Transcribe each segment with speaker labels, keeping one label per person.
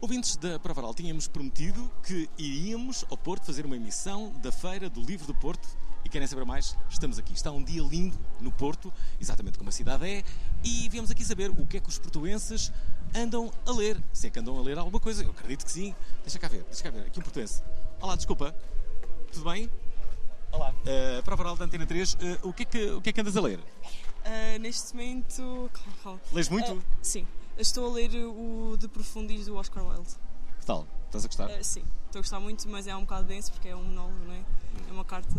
Speaker 1: Ouvintes da Provaral, tínhamos prometido que iríamos ao Porto fazer uma emissão da Feira do Livro do Porto e querem saber mais? Estamos aqui. Está um dia lindo no Porto, exatamente como a cidade é, e viemos aqui saber o que é que os portuenses andam a ler. Se é que andam a ler alguma coisa, eu acredito que sim. Deixa cá ver, deixa cá ver. Aqui um portuense. Olá, desculpa. Tudo bem? Olá. Uh, Provaral da Antena 3, eh, o, que é que, o que é que andas a ler?
Speaker 2: Ah, neste momento. qual, qual?
Speaker 1: Lês muito?
Speaker 2: Ah, sim. Estou a ler o De Profundis do Oscar Wilde.
Speaker 1: Que tal? Estás a gostar? Hum.
Speaker 2: Ah, sim, estou a gostar muito, mas é um bocado denso porque é um monólogo, não é? É uma carta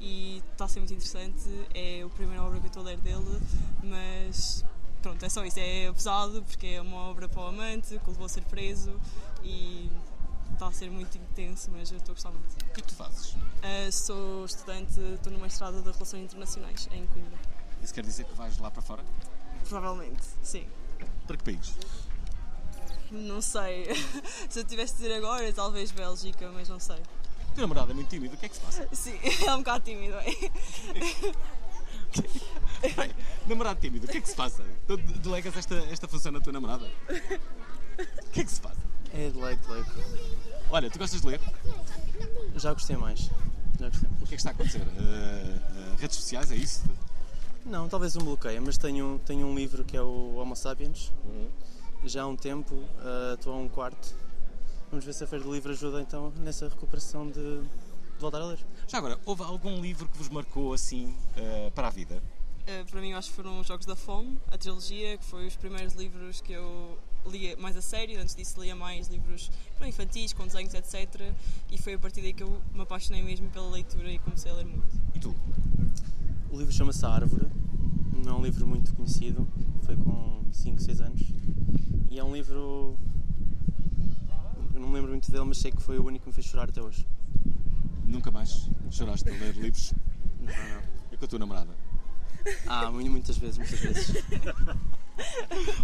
Speaker 2: e está a ser muito interessante. É a primeira obra que eu estou a ler dele, mas pronto, é só isso. É pesado porque é uma obra para o amante que o levou a ser preso e está a ser muito intenso, mas eu estou a gostar muito.
Speaker 1: O que é que tu fazes?
Speaker 2: Ah, sou estudante, estou numa estrada de Relações Internacionais em Coimbra.
Speaker 1: Isso quer dizer que vais lá para fora?
Speaker 2: Provavelmente, sim.
Speaker 1: Para que país?
Speaker 2: Não sei. Se eu tivesse de dizer agora, talvez Bélgica, mas não sei.
Speaker 1: O teu namorado é muito tímido, o que é que se passa?
Speaker 2: Sim, é um bocado tímido, é?
Speaker 1: Bem, namorado tímido, o que é que se passa? Tu de- delegas esta, esta função na tua namorada? O que é que se passa?
Speaker 3: É de leite, leite.
Speaker 1: Olha, tu gostas de ler? O
Speaker 3: Já gostei mais. Já gostei mais.
Speaker 1: que é que está a acontecer? Uh, uh, redes sociais, é isso?
Speaker 3: Não, talvez um bloqueio, mas tenho, tenho um livro que é o Homo Sapiens.
Speaker 1: Uhum.
Speaker 3: Já há um tempo, ah, estou a um quarto. Vamos ver se a Feira do Livro ajuda então nessa recuperação de, de voltar a ler.
Speaker 1: Já agora, houve algum livro que vos marcou assim uh, para a vida?
Speaker 2: Eh, Para mim, eu acho que foram os Jogos da Fome, a trilogia, que foi os primeiros livros que eu lia mais a sério. Antes disso, lia mais livros para infantis, com desenhos, etc. E foi a partir daí que eu me apaixonei mesmo pela leitura e comecei a ler muito.
Speaker 1: E tu?
Speaker 3: O livro chama-se A Árvore, não é um livro muito conhecido, foi com 5, 6 anos. E é um livro. Eu não me lembro muito dele, mas sei que foi o único que me fez chorar até hoje.
Speaker 1: Nunca mais choraste a ler livros?
Speaker 3: Não, não.
Speaker 1: É com a tua namorada?
Speaker 3: Ah, mu- muitas vezes, muitas vezes.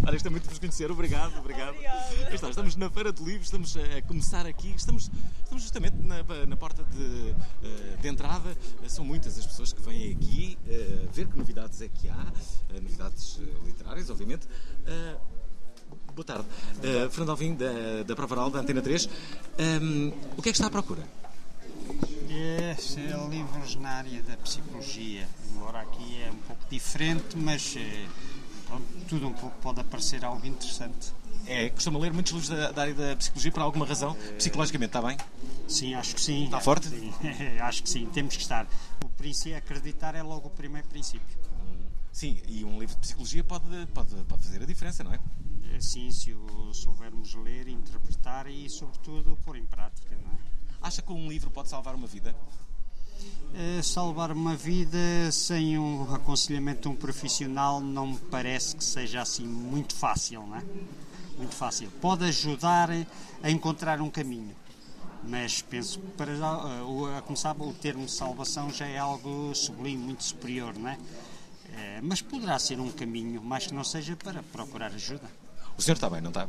Speaker 1: Olha, isto é muito de vos conhecer, obrigado, obrigado.
Speaker 2: Obrigada.
Speaker 1: Aí está, estamos na Feira de Livros, estamos a a começar aqui, estamos, estamos justamente na, na porta de, eh, de entrada. Eh, São muitas as pessoas que vêm aqui eh, ver que novidades é que há, eh, novidades eh, literárias, obviamente. Eh, Boa tarde. Eh, Fernando Alvim, da, da Provaral, da Antena 3. Ehm, o que é que está à procura?
Speaker 4: Yes, eh, livros na área da psicologia. Embora aqui é um pouco diferente, mas eh, pronto, tudo um pouco pode aparecer algo interessante.
Speaker 1: É, costuma ler muitos livros da, da área da psicologia por alguma razão, psicologicamente, está bem?
Speaker 4: Eh, Sim, acho que sim.
Speaker 1: Está forte?
Speaker 4: Sim, acho que sim, temos que estar. O princípio, acreditar é logo o primeiro princípio.
Speaker 1: Hum, Sim, e um livro de psicologia pode, pode, pode fazer a diferença, não é?
Speaker 4: Assim, se o soubermos ler, interpretar e, sobretudo, pôr em prática, não é?
Speaker 1: Acha que um livro pode salvar uma vida?
Speaker 4: Eh, salvar uma vida sem o aconselhamento de um profissional não me parece que seja assim muito fácil, não é? Muito fácil. Pode ajudar a encontrar um caminho, mas penso que para já, eh, o- a começar o termo salvação já é algo sublime, muito superior, não é? Eh, Mas poderá ser um caminho, mas que não seja para procurar ajuda.
Speaker 1: O senhor está bem, não está?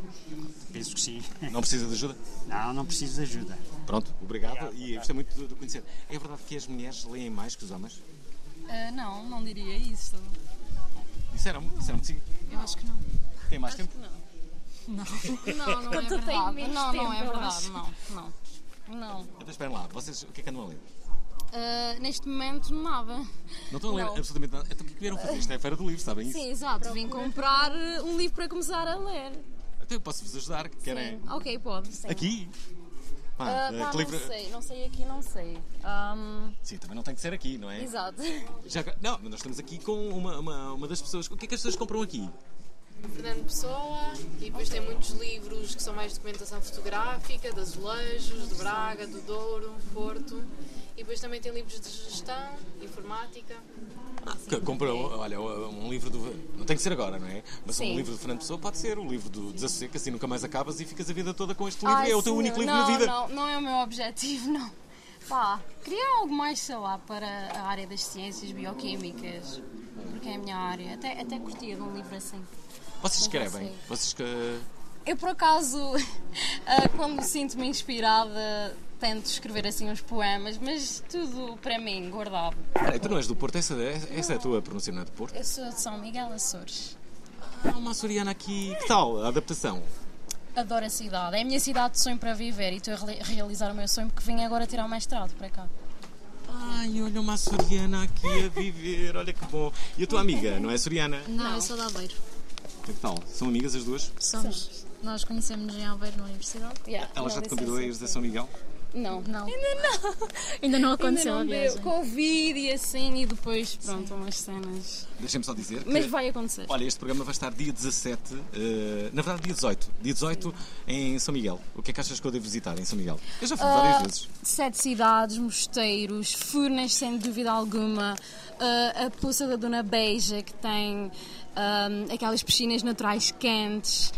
Speaker 4: Penso que sim.
Speaker 1: Não precisa de ajuda?
Speaker 4: Não, não preciso de ajuda.
Speaker 1: Pronto, obrigado, e gostei muito de, de conhecer. É verdade que as mulheres leem mais que os homens?
Speaker 5: Ah, não, não diria isso.
Speaker 1: Disseram-me, disseram-me que sim.
Speaker 5: Eu acho que não.
Speaker 1: Tem mais tempo?
Speaker 5: Não, não é verdade. não, não é verdade. Não, não. Não.
Speaker 1: Então esperem lá, vocês o que é que andam a ler?
Speaker 5: Ah, neste momento, nada.
Speaker 1: Não estão a ler
Speaker 5: Não.
Speaker 1: absolutamente nada. Então o que é que vieram fazer? Isto é a feira do livro, sabem isso?
Speaker 5: Sim, exato. Vim comprar eh, um
Speaker 1: Então,
Speaker 5: livro para começar a ler.
Speaker 1: Até eu posso vos ajudar, que querem.
Speaker 5: Ok, pode. Sim.
Speaker 1: Aqui? Pá,
Speaker 5: Ah,
Speaker 1: eh,
Speaker 5: pá,
Speaker 1: que
Speaker 5: não
Speaker 1: livro-
Speaker 5: sei, não sei aqui, não sei. Ahm,
Speaker 1: Sim, também não tem que ser aqui, não é?
Speaker 5: exato.
Speaker 1: Já agora- não, nós estamos aqui com uma, uma, uma das pessoas. O que é que as pessoas compram aqui?
Speaker 6: Fernando Pessoa e depois tem muitos livros que são mais documentação fotográfica, de azulejos, de Braga, do Douro, Porto e depois também tem livros de gestão, informática.
Speaker 5: Ah,
Speaker 1: Que compra, olha, um livro do. Não tem que ser agora, não é? Mas um
Speaker 5: Sim.
Speaker 1: livro de Fernando Pessoa pode ser, o livro do Desassossego, assim nunca mais acabas e ficas a vida toda com este livro.
Speaker 5: Ai,
Speaker 1: é o teu
Speaker 5: sim,
Speaker 1: único livro
Speaker 5: não,
Speaker 1: na vida.
Speaker 5: Não, não é o meu objetivo, não. Pá, queria algo mais, sei lá, para a área das ciências bioquímicas, porque é a minha área. Até, até curtia de um livro assim.
Speaker 1: Vocês escrevem,
Speaker 5: sei.
Speaker 1: vocês que.
Speaker 5: Eu, por acaso, ah, quando sinto-me inspirada, tento escrever assim uns poemas, mas tudo para mim, guardado.
Speaker 1: Peraí, tu não és do Porto, essa, essa é a tua pronúncia, não é do Porto?
Speaker 5: Eu sou de São Miguel Açores.
Speaker 1: Há uma açoriana aqui. Que tal a adaptação?
Speaker 5: Adoro a cidade. É a minha cidade de sonho para viver e estou a reali- realizar o meu sonho porque vim agora tirar o mestrado para cá.
Speaker 1: Ai, olha uma açoriana aqui a viver, olha que bom. E a tua amiga, não é açoriana?
Speaker 7: Não, eu sou de Aveiro.
Speaker 1: Que tal? São amigas as duas?
Speaker 7: Somos. Nós conhecemos em Aveiro na universidade.
Speaker 1: Ela já te convidou a ir da São Miguel?
Speaker 5: Não,
Speaker 7: Não. Ainda não. Ainda não aconteceu
Speaker 5: Ainda
Speaker 7: a
Speaker 5: não
Speaker 7: viagem.
Speaker 5: deu. Covid e assim, e depois, pronto, umas cenas.
Speaker 1: Deixem-me só dizer que...
Speaker 5: Mas vai acontecer.
Speaker 1: Olha, este programa vai estar dia 17, eh, na verdade dia 18, dia 18 em São Miguel. O que é que achas que eu devo visitar em São Miguel? Eu já fui
Speaker 5: Ah,
Speaker 1: várias vezes.
Speaker 5: Sete cidades, mosteiros, furnas, sem dúvida alguma, ah, a Poça da Dona Beija, que tem ah, aquelas piscinas naturais quentes.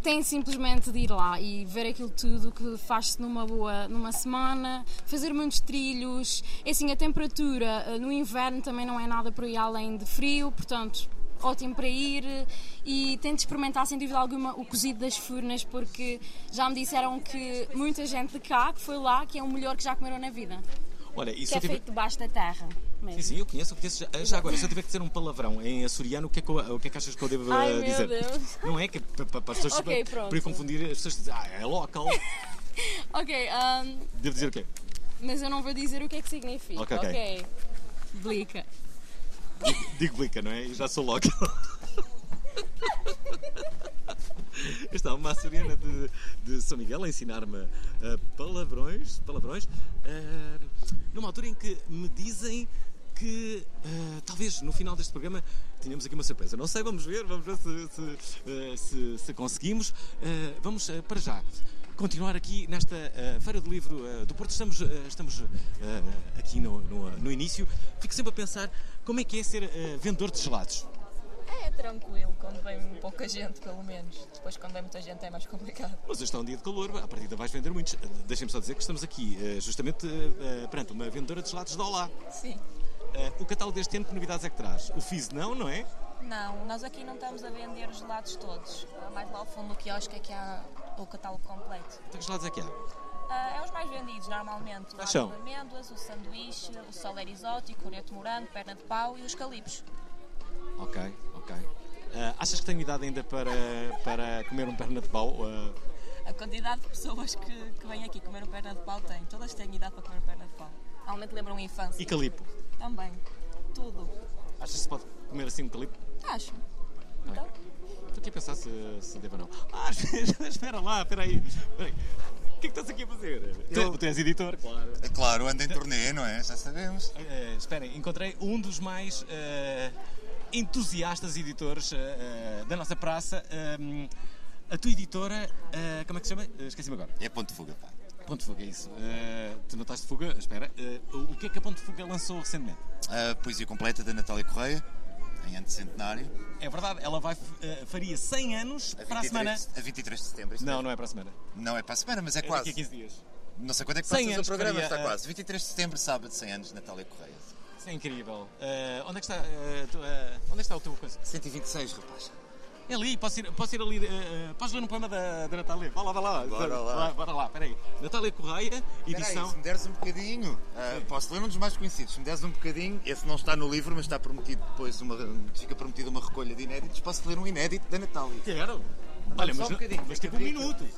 Speaker 5: Tem simplesmente de ir lá e ver aquilo tudo que faz-se numa boa, numa semana, fazer muitos trilhos. É Assim, a temperatura ah, no inverno também não é nada por aí além de frio, portanto, ótimo para ir e tento experimentar sem dúvida alguma o cozido das furnas porque já me disseram que muita gente de cá que foi lá que é o melhor que já comeram na vida
Speaker 1: Olha, e se
Speaker 5: que
Speaker 1: eu
Speaker 5: é
Speaker 1: tiver...
Speaker 5: feito debaixo da terra
Speaker 1: Sim,
Speaker 5: mesmo.
Speaker 1: sim, eu conheço, eu conheço. Já, já agora, se eu tiver que dizer um palavrão em açoriano, o que é que, eu- o que, é que achas que eu devo
Speaker 5: Ai,
Speaker 1: eh,
Speaker 5: meu
Speaker 1: dizer?
Speaker 5: Deus.
Speaker 1: Não é que para, para, para as pessoas
Speaker 5: Ok,
Speaker 1: para,
Speaker 5: pronto.
Speaker 1: para eu confundir, as pessoas dizem, ah, é local.
Speaker 5: ok ahm,
Speaker 1: Devo dizer o quê?
Speaker 5: mas eu não vou dizer o que é que significa
Speaker 1: Ok,
Speaker 5: ok,
Speaker 1: ok.
Speaker 5: blica
Speaker 1: Digo blica, não é? E já sou local. Está uma açoriana de, de São Miguel a ensinar-me ah, palavrões, palavrões ah, numa altura em que me dizem que ah, talvez no final deste programa tenhamos aqui uma surpresa. Não sei, vamos ver, vamos ver se, se, ah, se- se conseguimos. Ah, vamos ah, para já continuar aqui nesta ah, Feira do Livro ah, do Porto. Estamos, ah, estamos ah, aqui no, no- no início. Fico sempre a pensar como é que é ser ah, vendedor de gelados.
Speaker 8: É tranquilo quando vem pouca gente, pelo menos. Depois, quando vem muita gente, é mais complicado.
Speaker 1: Mas hoje está um dia de calor, à partida vais vender muitos. Deixem-me só dizer que estamos aqui eh, justamente eh, eh, perante uma vendedora de gelados da Olá.
Speaker 8: Sim.
Speaker 1: Eh, O catálogo deste ano, que novidades é que traz? O Fizz não, não é?
Speaker 8: Não, nós aqui não estamos a vender os gelados todos. Há Mais lá ao fundo do quiosque é que há o catálogo completo.
Speaker 1: Então, que gelados é que há?
Speaker 8: Ah, é os mais vendidos, normalmente. O
Speaker 1: Quais são?
Speaker 8: lado de amêndoas, o sanduíche, o soler exótico, o neto de morango, perna de pau e os calipos.
Speaker 1: Ok, ok. Eh, achas que tenho idade ainda para, para comer um perna de pau? Eh,
Speaker 8: A quantidade de pessoas que, que vêm aqui comer o perna de pau tem. Todas têm idade para comer o perna de pau. Realmente lembram a infância.
Speaker 1: e calipo?
Speaker 8: Também. Tudo.
Speaker 1: Achas que se pode comer assim um calipo?
Speaker 8: Acho.
Speaker 1: Não é? Estou aqui a pensar se, se devo ou não. Ah, espera, espera lá, espera aí. espera aí. O que é que estás aqui a fazer? Tu, tu és editor, claro.
Speaker 9: É claro, anda em turnê, não é? Já sabemos.
Speaker 1: Eh, esperem, encontrei um dos mais eh, entusiastas editores eh, eh, da nossa praça. Ehm, a tua editora, eh, como é que se chama? Eh, Esqueci-me agora.
Speaker 9: É ponto de fuga, pá.
Speaker 1: Ponto de Fuga, é isso. Eh, tu não estás de fuga? Espera. Eh, o o que é que a Ponto de Fuga lançou recentemente?
Speaker 9: A poesia completa da Natália Correia, em antecentenário.
Speaker 1: É verdade, ela vai, eh, faria 100 anos
Speaker 9: A
Speaker 1: para a semana.
Speaker 9: a 23 de setembro. isto
Speaker 1: Não,
Speaker 9: é.
Speaker 1: não é para a semana.
Speaker 9: Não é para a semana, mas é,
Speaker 1: É daqui
Speaker 9: quase.
Speaker 1: a 15 dias.
Speaker 9: Não sei quando é que
Speaker 1: 100
Speaker 9: passas o
Speaker 1: anos
Speaker 9: programa,
Speaker 1: faria,
Speaker 9: está
Speaker 1: eh,
Speaker 9: quase. 23 de setembro, sábado, 100 anos, Natália Correia.
Speaker 1: Isso é incrível. Eh, onde, é que está, eh, tu- eh, onde é que está o teu coisa?
Speaker 9: 126, rapaz.
Speaker 1: É ali, posso ir, posso ir ali. eh, eh, podes ler um poema da, da Natália? Vá lá, vá lá.
Speaker 9: Bora lá.
Speaker 1: Vá- Bora lá, peraí. Natália Correia,
Speaker 9: Espera aí,
Speaker 1: edição.
Speaker 9: se me deres um bocadinho, ah, posso ler um dos mais conhecidos. Se me deres um bocadinho, esse não está no livro, mas está prometido depois, uma, fica prometida uma recolha de inéditos. Posso ler um inédito da Natália.
Speaker 1: Quero.
Speaker 9: Dá-me
Speaker 1: Olha,
Speaker 9: só
Speaker 1: mas,
Speaker 9: um bocadinho,
Speaker 1: mas
Speaker 9: tem
Speaker 1: tipo
Speaker 9: que
Speaker 1: um
Speaker 9: abrir.
Speaker 1: minuto.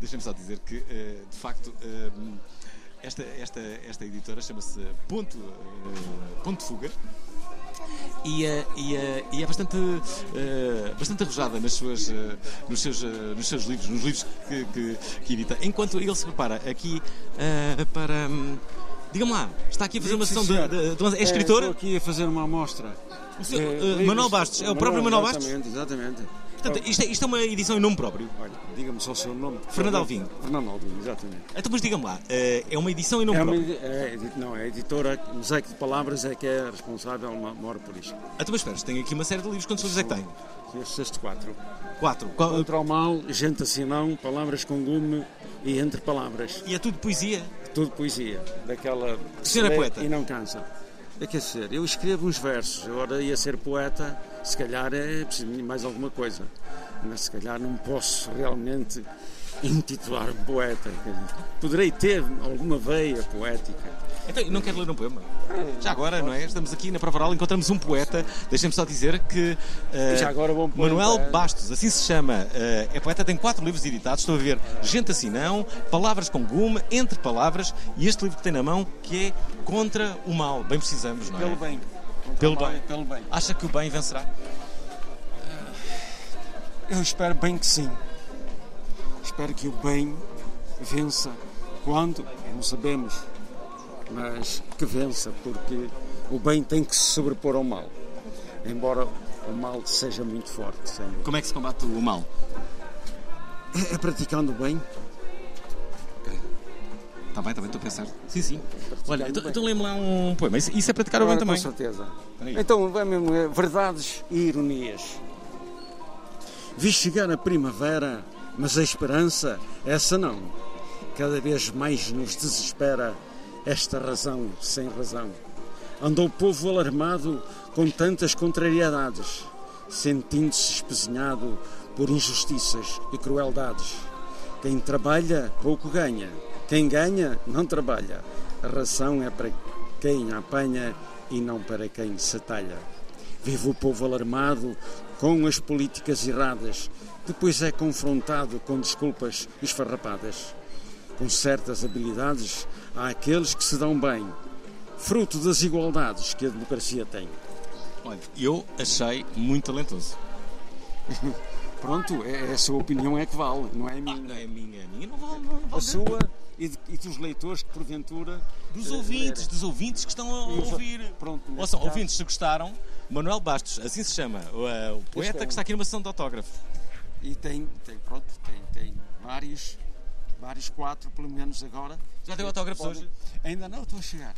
Speaker 1: Deixa-me só dizer que, eh, de facto, eh, esta, esta, esta editora chama-se Ponto, eh, Ponto Fuga. e é, e é, e é bastante, eh, bastante arrojada nas suas, eh, nos, seus, eh, nos seus livros, nos livros que, que, que edita. Enquanto ele se prepara aqui eh, para. hum, Diga-me lá, está aqui a fazer uma sessão de. de- de uma- é escritora?
Speaker 10: Estou aqui a fazer uma amostra.
Speaker 1: O senhor, eh, Manuel Bastos, é o próprio Manuel Bastos?
Speaker 10: Exatamente, exatamente.
Speaker 1: Portanto, isto é, isto é uma edição em nome próprio.
Speaker 10: Olha, diga-me só o seu nome.
Speaker 1: Fernando Alvim.
Speaker 10: Fernando Alvim, exatamente.
Speaker 1: Então, mas diga-me lá, eh, é uma edição em nome
Speaker 10: É uma,
Speaker 1: próprio.
Speaker 10: é, edi- não, é a editora Mosaico de Palavras é que é responsável, ma- mora por isto.
Speaker 1: Então, mas espera, tenho aqui uma série de livros, quantos livros é que tem?
Speaker 10: Estes quatro.
Speaker 1: Quatro.
Speaker 10: Contra o mal, gente assim não, palavras com gume e entre palavras.
Speaker 1: E é tudo poesia?
Speaker 10: Tudo poesia. Daquela. que se
Speaker 1: senhor é
Speaker 10: lê
Speaker 1: poeta?
Speaker 10: E não cansa. É quer dizer, eu escrevo uns versos, agora ia ser poeta, se calhar é preciso de mais alguma coisa. Mas se calhar não posso realmente intitular-me poeta. quer dizer, Poderei ter alguma veia poética.
Speaker 1: Então, não quero ler um poema.
Speaker 10: Ah,
Speaker 1: Já agora, não é? Estamos aqui na Prova Oral, encontramos um poeta. Deixem-me só dizer que. eh,
Speaker 10: Já agora vou pôr um
Speaker 1: Manuel
Speaker 10: poema.
Speaker 1: Bastos, assim se chama. eh, é poeta, tem quatro livros editados. Estou a ver Gente Assim Não, Palavras com Gume, Entre Palavras e este livro que tem na mão que é Contra o Mal. Bem precisamos, não é?
Speaker 10: Pelo bem. Contra
Speaker 1: Pelo
Speaker 10: o mal
Speaker 1: bem.
Speaker 10: e pelo bem.
Speaker 1: Acha que o bem vencerá?
Speaker 10: Eu espero bem que sim. Espero que o bem vença. Quando? Não sabemos. Mas que vença, porque o bem tem que se sobrepor ao mal. Embora o mal seja muito forte. Sem dúvida.
Speaker 1: Como é que se combate o mal?
Speaker 10: É, é praticando o bem.
Speaker 1: Está Tá bem, está bem, estou a pensar. Sim, sim. Olha, então, então lê-me lá um poema. Isso, isso é praticar o bem
Speaker 10: Ora,
Speaker 1: também.
Speaker 10: Com certeza.
Speaker 1: Peraí.
Speaker 10: Então, vai mesmo, é, verdades e ironias. Vi chegar a primavera, mas a esperança, essa não. Cada vez mais nos desespera esta razão sem razão. Andou o povo alarmado com tantas contrariedades, sentindo-se espezinhado por injustiças e crueldades. Quem trabalha, pouco ganha. Quem ganha, não trabalha. A ração é para quem apanha e não para quem se talha. Vive o povo alarmado com as políticas erradas, depois é confrontado com desculpas esfarrapadas. Com certas habilidades, há aqueles que se dão bem, fruto das igualdades que a democracia tem.
Speaker 1: Olha, eu achei muito talentoso.
Speaker 10: Pronto, é, é a sua opinião é que vale, não é a minha.
Speaker 1: não é a minha, a minha não vale. Não
Speaker 10: a sua e, de- e dos leitores que porventura. eh,
Speaker 1: Dos ouvintes, dos ouvintes que estão a ouvir.
Speaker 10: Pronto, neste
Speaker 1: Ouçam,
Speaker 10: caso-
Speaker 1: ouvintes, se gostaram, Manuel Bastos, assim se chama, o, eh, o poeta
Speaker 10: Este é
Speaker 1: que está
Speaker 10: um.
Speaker 1: aqui numa sessão de autógrafo.
Speaker 10: E tem, tem pronto, tem, tem vários, vários quatro, pelo menos agora.
Speaker 1: Já deu autógrafos
Speaker 10: Podem-
Speaker 1: hoje?
Speaker 10: Ainda não, estou a chegar.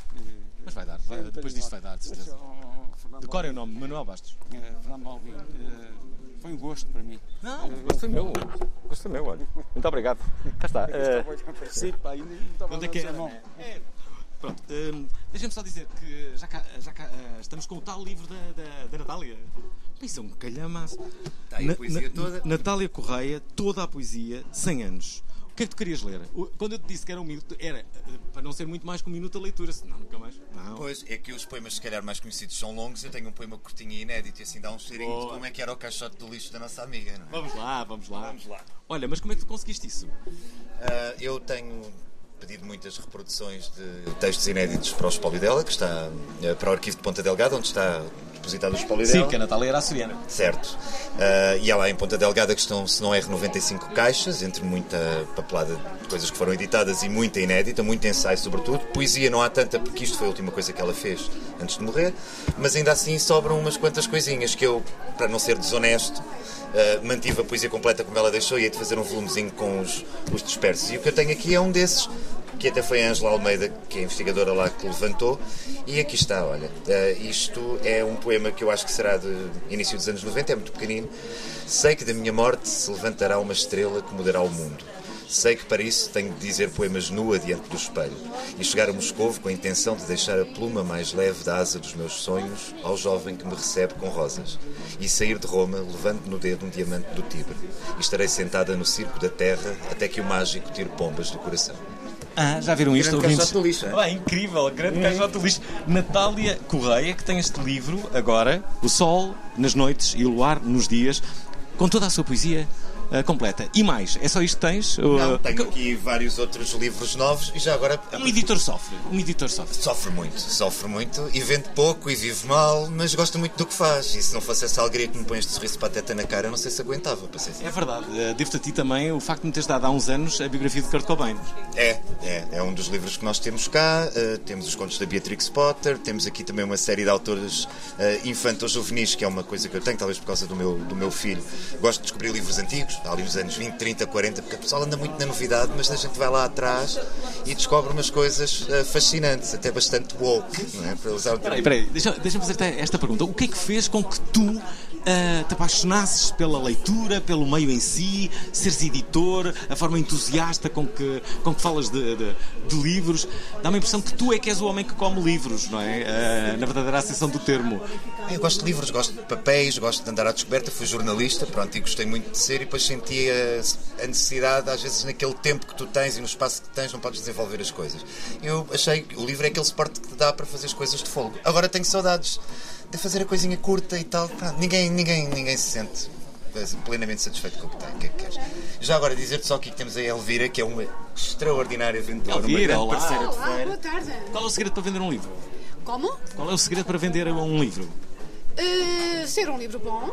Speaker 1: Mas vai dar, vai-
Speaker 10: Sim,
Speaker 1: depois
Speaker 10: tenho
Speaker 1: disto vai
Speaker 10: lá.
Speaker 1: dar, de certeza.
Speaker 10: Mas, oh, oh, Fernando
Speaker 1: Decorem o
Speaker 10: Alvim,
Speaker 1: nome, Manuel Bastos.
Speaker 10: eh, Fernando Alvim, eh, foi um gosto para mim. Eh,
Speaker 1: Não, gosto foi meu. Gosto meu, olha. Muito obrigado. Cá está. eh, Onde é que é? É, Pronto, hum, deixa-me só dizer que já, cá, já cá, eh, estamos com o tal livro da, da, da Natália. Pá, Isso é um calhamaço.
Speaker 11: Tá
Speaker 9: Está Tá aí a poesia toda.
Speaker 1: Natália Correia, toda a poesia, 100 anos. O que é que tu querias ler? O- Quando eu te disse que era um minuto, era eh, para não ser muito mais que um minuto a leitura, senão nunca mais. Não.
Speaker 9: Pois, é que os poemas, se calhar, mais conhecidos são longos. Eu tenho um poema curtinho e inédito, e assim dá um cheirinho de
Speaker 1: Boa.
Speaker 9: como é que era o caixote do lixo da nossa amiga, não é?
Speaker 1: Vamos lá, vamos lá.
Speaker 9: Vamos lá.
Speaker 1: Olha, mas como é que tu conseguiste isso?
Speaker 9: Ah, eu tenho pedido muitas reproduções de textos inéditos para o espólio dela, que está ah, para o arquivo de Ponta Delgada, onde está depositado o espólio dela.
Speaker 1: Sim, que a Natália era açoriana.
Speaker 9: Certo. Ah, e há lá em Ponta Delgada que estão, se não erro, 95 caixas, entre muita papelada de coisas que foram editadas e muita inédita, muito ensaio sobretudo. Poesia não há tanta, porque isto foi a última coisa que ela fez antes de morrer, mas ainda assim sobram umas quantas coisinhas que eu, para não ser desonesto, ah, mantive a poesia completa como ela deixou e hei de fazer um volumezinho com os, os dispersos. E o que eu tenho aqui é um desses, que até foi a Angela Almeida, que é a investigadora lá que levantou, e aqui está, olha. Eh, isto é um poema que eu acho que será de início dos anos 90, é muito pequenino. Sei que da minha morte se levantará uma estrela que mudará o mundo. Sei que para isso tenho de dizer poemas nua diante do espelho e chegar a Moscovo com a intenção de deixar a pluma mais leve da asa dos meus sonhos ao jovem que me recebe com rosas e sair de Roma levando no dedo um diamante do Tibre. E estarei sentada no circo da terra até que o mágico tire pombas do coração.
Speaker 1: Ah, já viram isto?
Speaker 9: Grande
Speaker 1: ouvintes?
Speaker 9: caixote do lixo, é?
Speaker 1: Ah, incrível, grande caixote do lixo. Natália Correia, que tem este livro agora, O Sol nas Noites e o Luar nos Dias, com toda a sua poesia eh, completa. E mais, é só isto que tens?
Speaker 9: Não,
Speaker 1: Eh,
Speaker 9: tenho aqui vários outros livros novos e já agora.
Speaker 1: Um editor sofre. Um editor sofre.
Speaker 9: Sofre muito, sofre muito e vende pouco e vive mal, mas gosta muito do que faz. E se não fosse essa alegria que me põe este sorriso pateta na cara, eu não sei se aguentava, para ser
Speaker 1: É verdade. Eh, Devo-te a ti também o facto de me teres dado há uns anos a biografia de Kurt Cobain.
Speaker 9: É, é, é um dos livros que nós temos cá. eh, temos os contos da Beatrix Potter, temos aqui também uma série de autores eh, infantos-juvenis, que é uma coisa que eu tenho, talvez por causa do meu, do meu filho. Gosto de descobrir livros antigos, há ali nos anos 20, 30, 40, porque a pessoa anda muito na novidade, mas a gente vai lá atrás e descobre umas coisas eh, fascinantes, até bastante woke, não é? Para usar um
Speaker 1: Espera aí, espera aí. Deixa- Deixa-me fazer esta pergunta. O que é que fez com que tu ah, te apaixonasses pela leitura, pelo meio em si, seres editor, a forma entusiasta com que, com que falas de, de- de livros? Dá-me a impressão que tu é que és o homem que come livros, não é? Ah, na verdadeira acessão do termo.
Speaker 9: Eu gosto de livros, gosto de papéis, gosto de andar à descoberta. Fui jornalista, pronto, e gostei muito de ser. E depois senti a, a necessidade, às vezes, naquele tempo que tu tens e no espaço que tens, não podes desenvolver as coisas. Eu achei que o livro é aquele suporte que te dá para fazer as coisas de fogo. Agora tenho saudades de fazer a coisinha curta e tal. Pronto, ninguém, ninguém, ninguém se sente plenamente satisfeito com o que tem. O que é que queres? Já agora dizer-te só aqui que temos a Elvira, que é uma extraordinária vendedora, uma
Speaker 1: Elvira,
Speaker 9: grande
Speaker 1: olá.
Speaker 9: parceira de
Speaker 12: Olá, boa
Speaker 9: feira.
Speaker 12: tarde.
Speaker 1: Qual é o segredo para vender um livro?
Speaker 12: Como?
Speaker 1: Qual é o segredo para vender um livro?
Speaker 12: Eh, ser um livro bom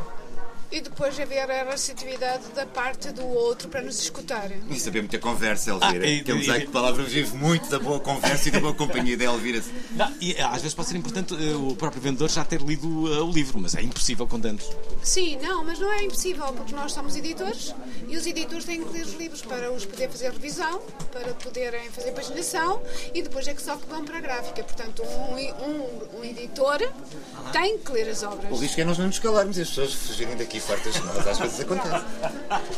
Speaker 12: e depois haver a receptividade da parte do outro para nos escutar.
Speaker 9: E saber muita conversa, Elvira.
Speaker 1: Ah, e-
Speaker 9: que é um
Speaker 1: e-
Speaker 9: mosaico de palavras vive muito da boa conversa e da boa companhia da Elvira.
Speaker 1: Não, e, ah, às vezes pode ser importante ah, o próprio vendedor já ter lido ah, o livro, mas é impossível com tantos.
Speaker 12: Sim, não, mas não é impossível, porque nós somos editores e os editores têm que ler os livros para os poder fazer revisão, para poderem fazer paginação e depois é que só que vão para a gráfica. Portanto, um, um- um editor tem que ler as obras.
Speaker 9: O risco é nós não nos calarmos e as pessoas fugirem daqui fartas de nós. Às vezes acontece.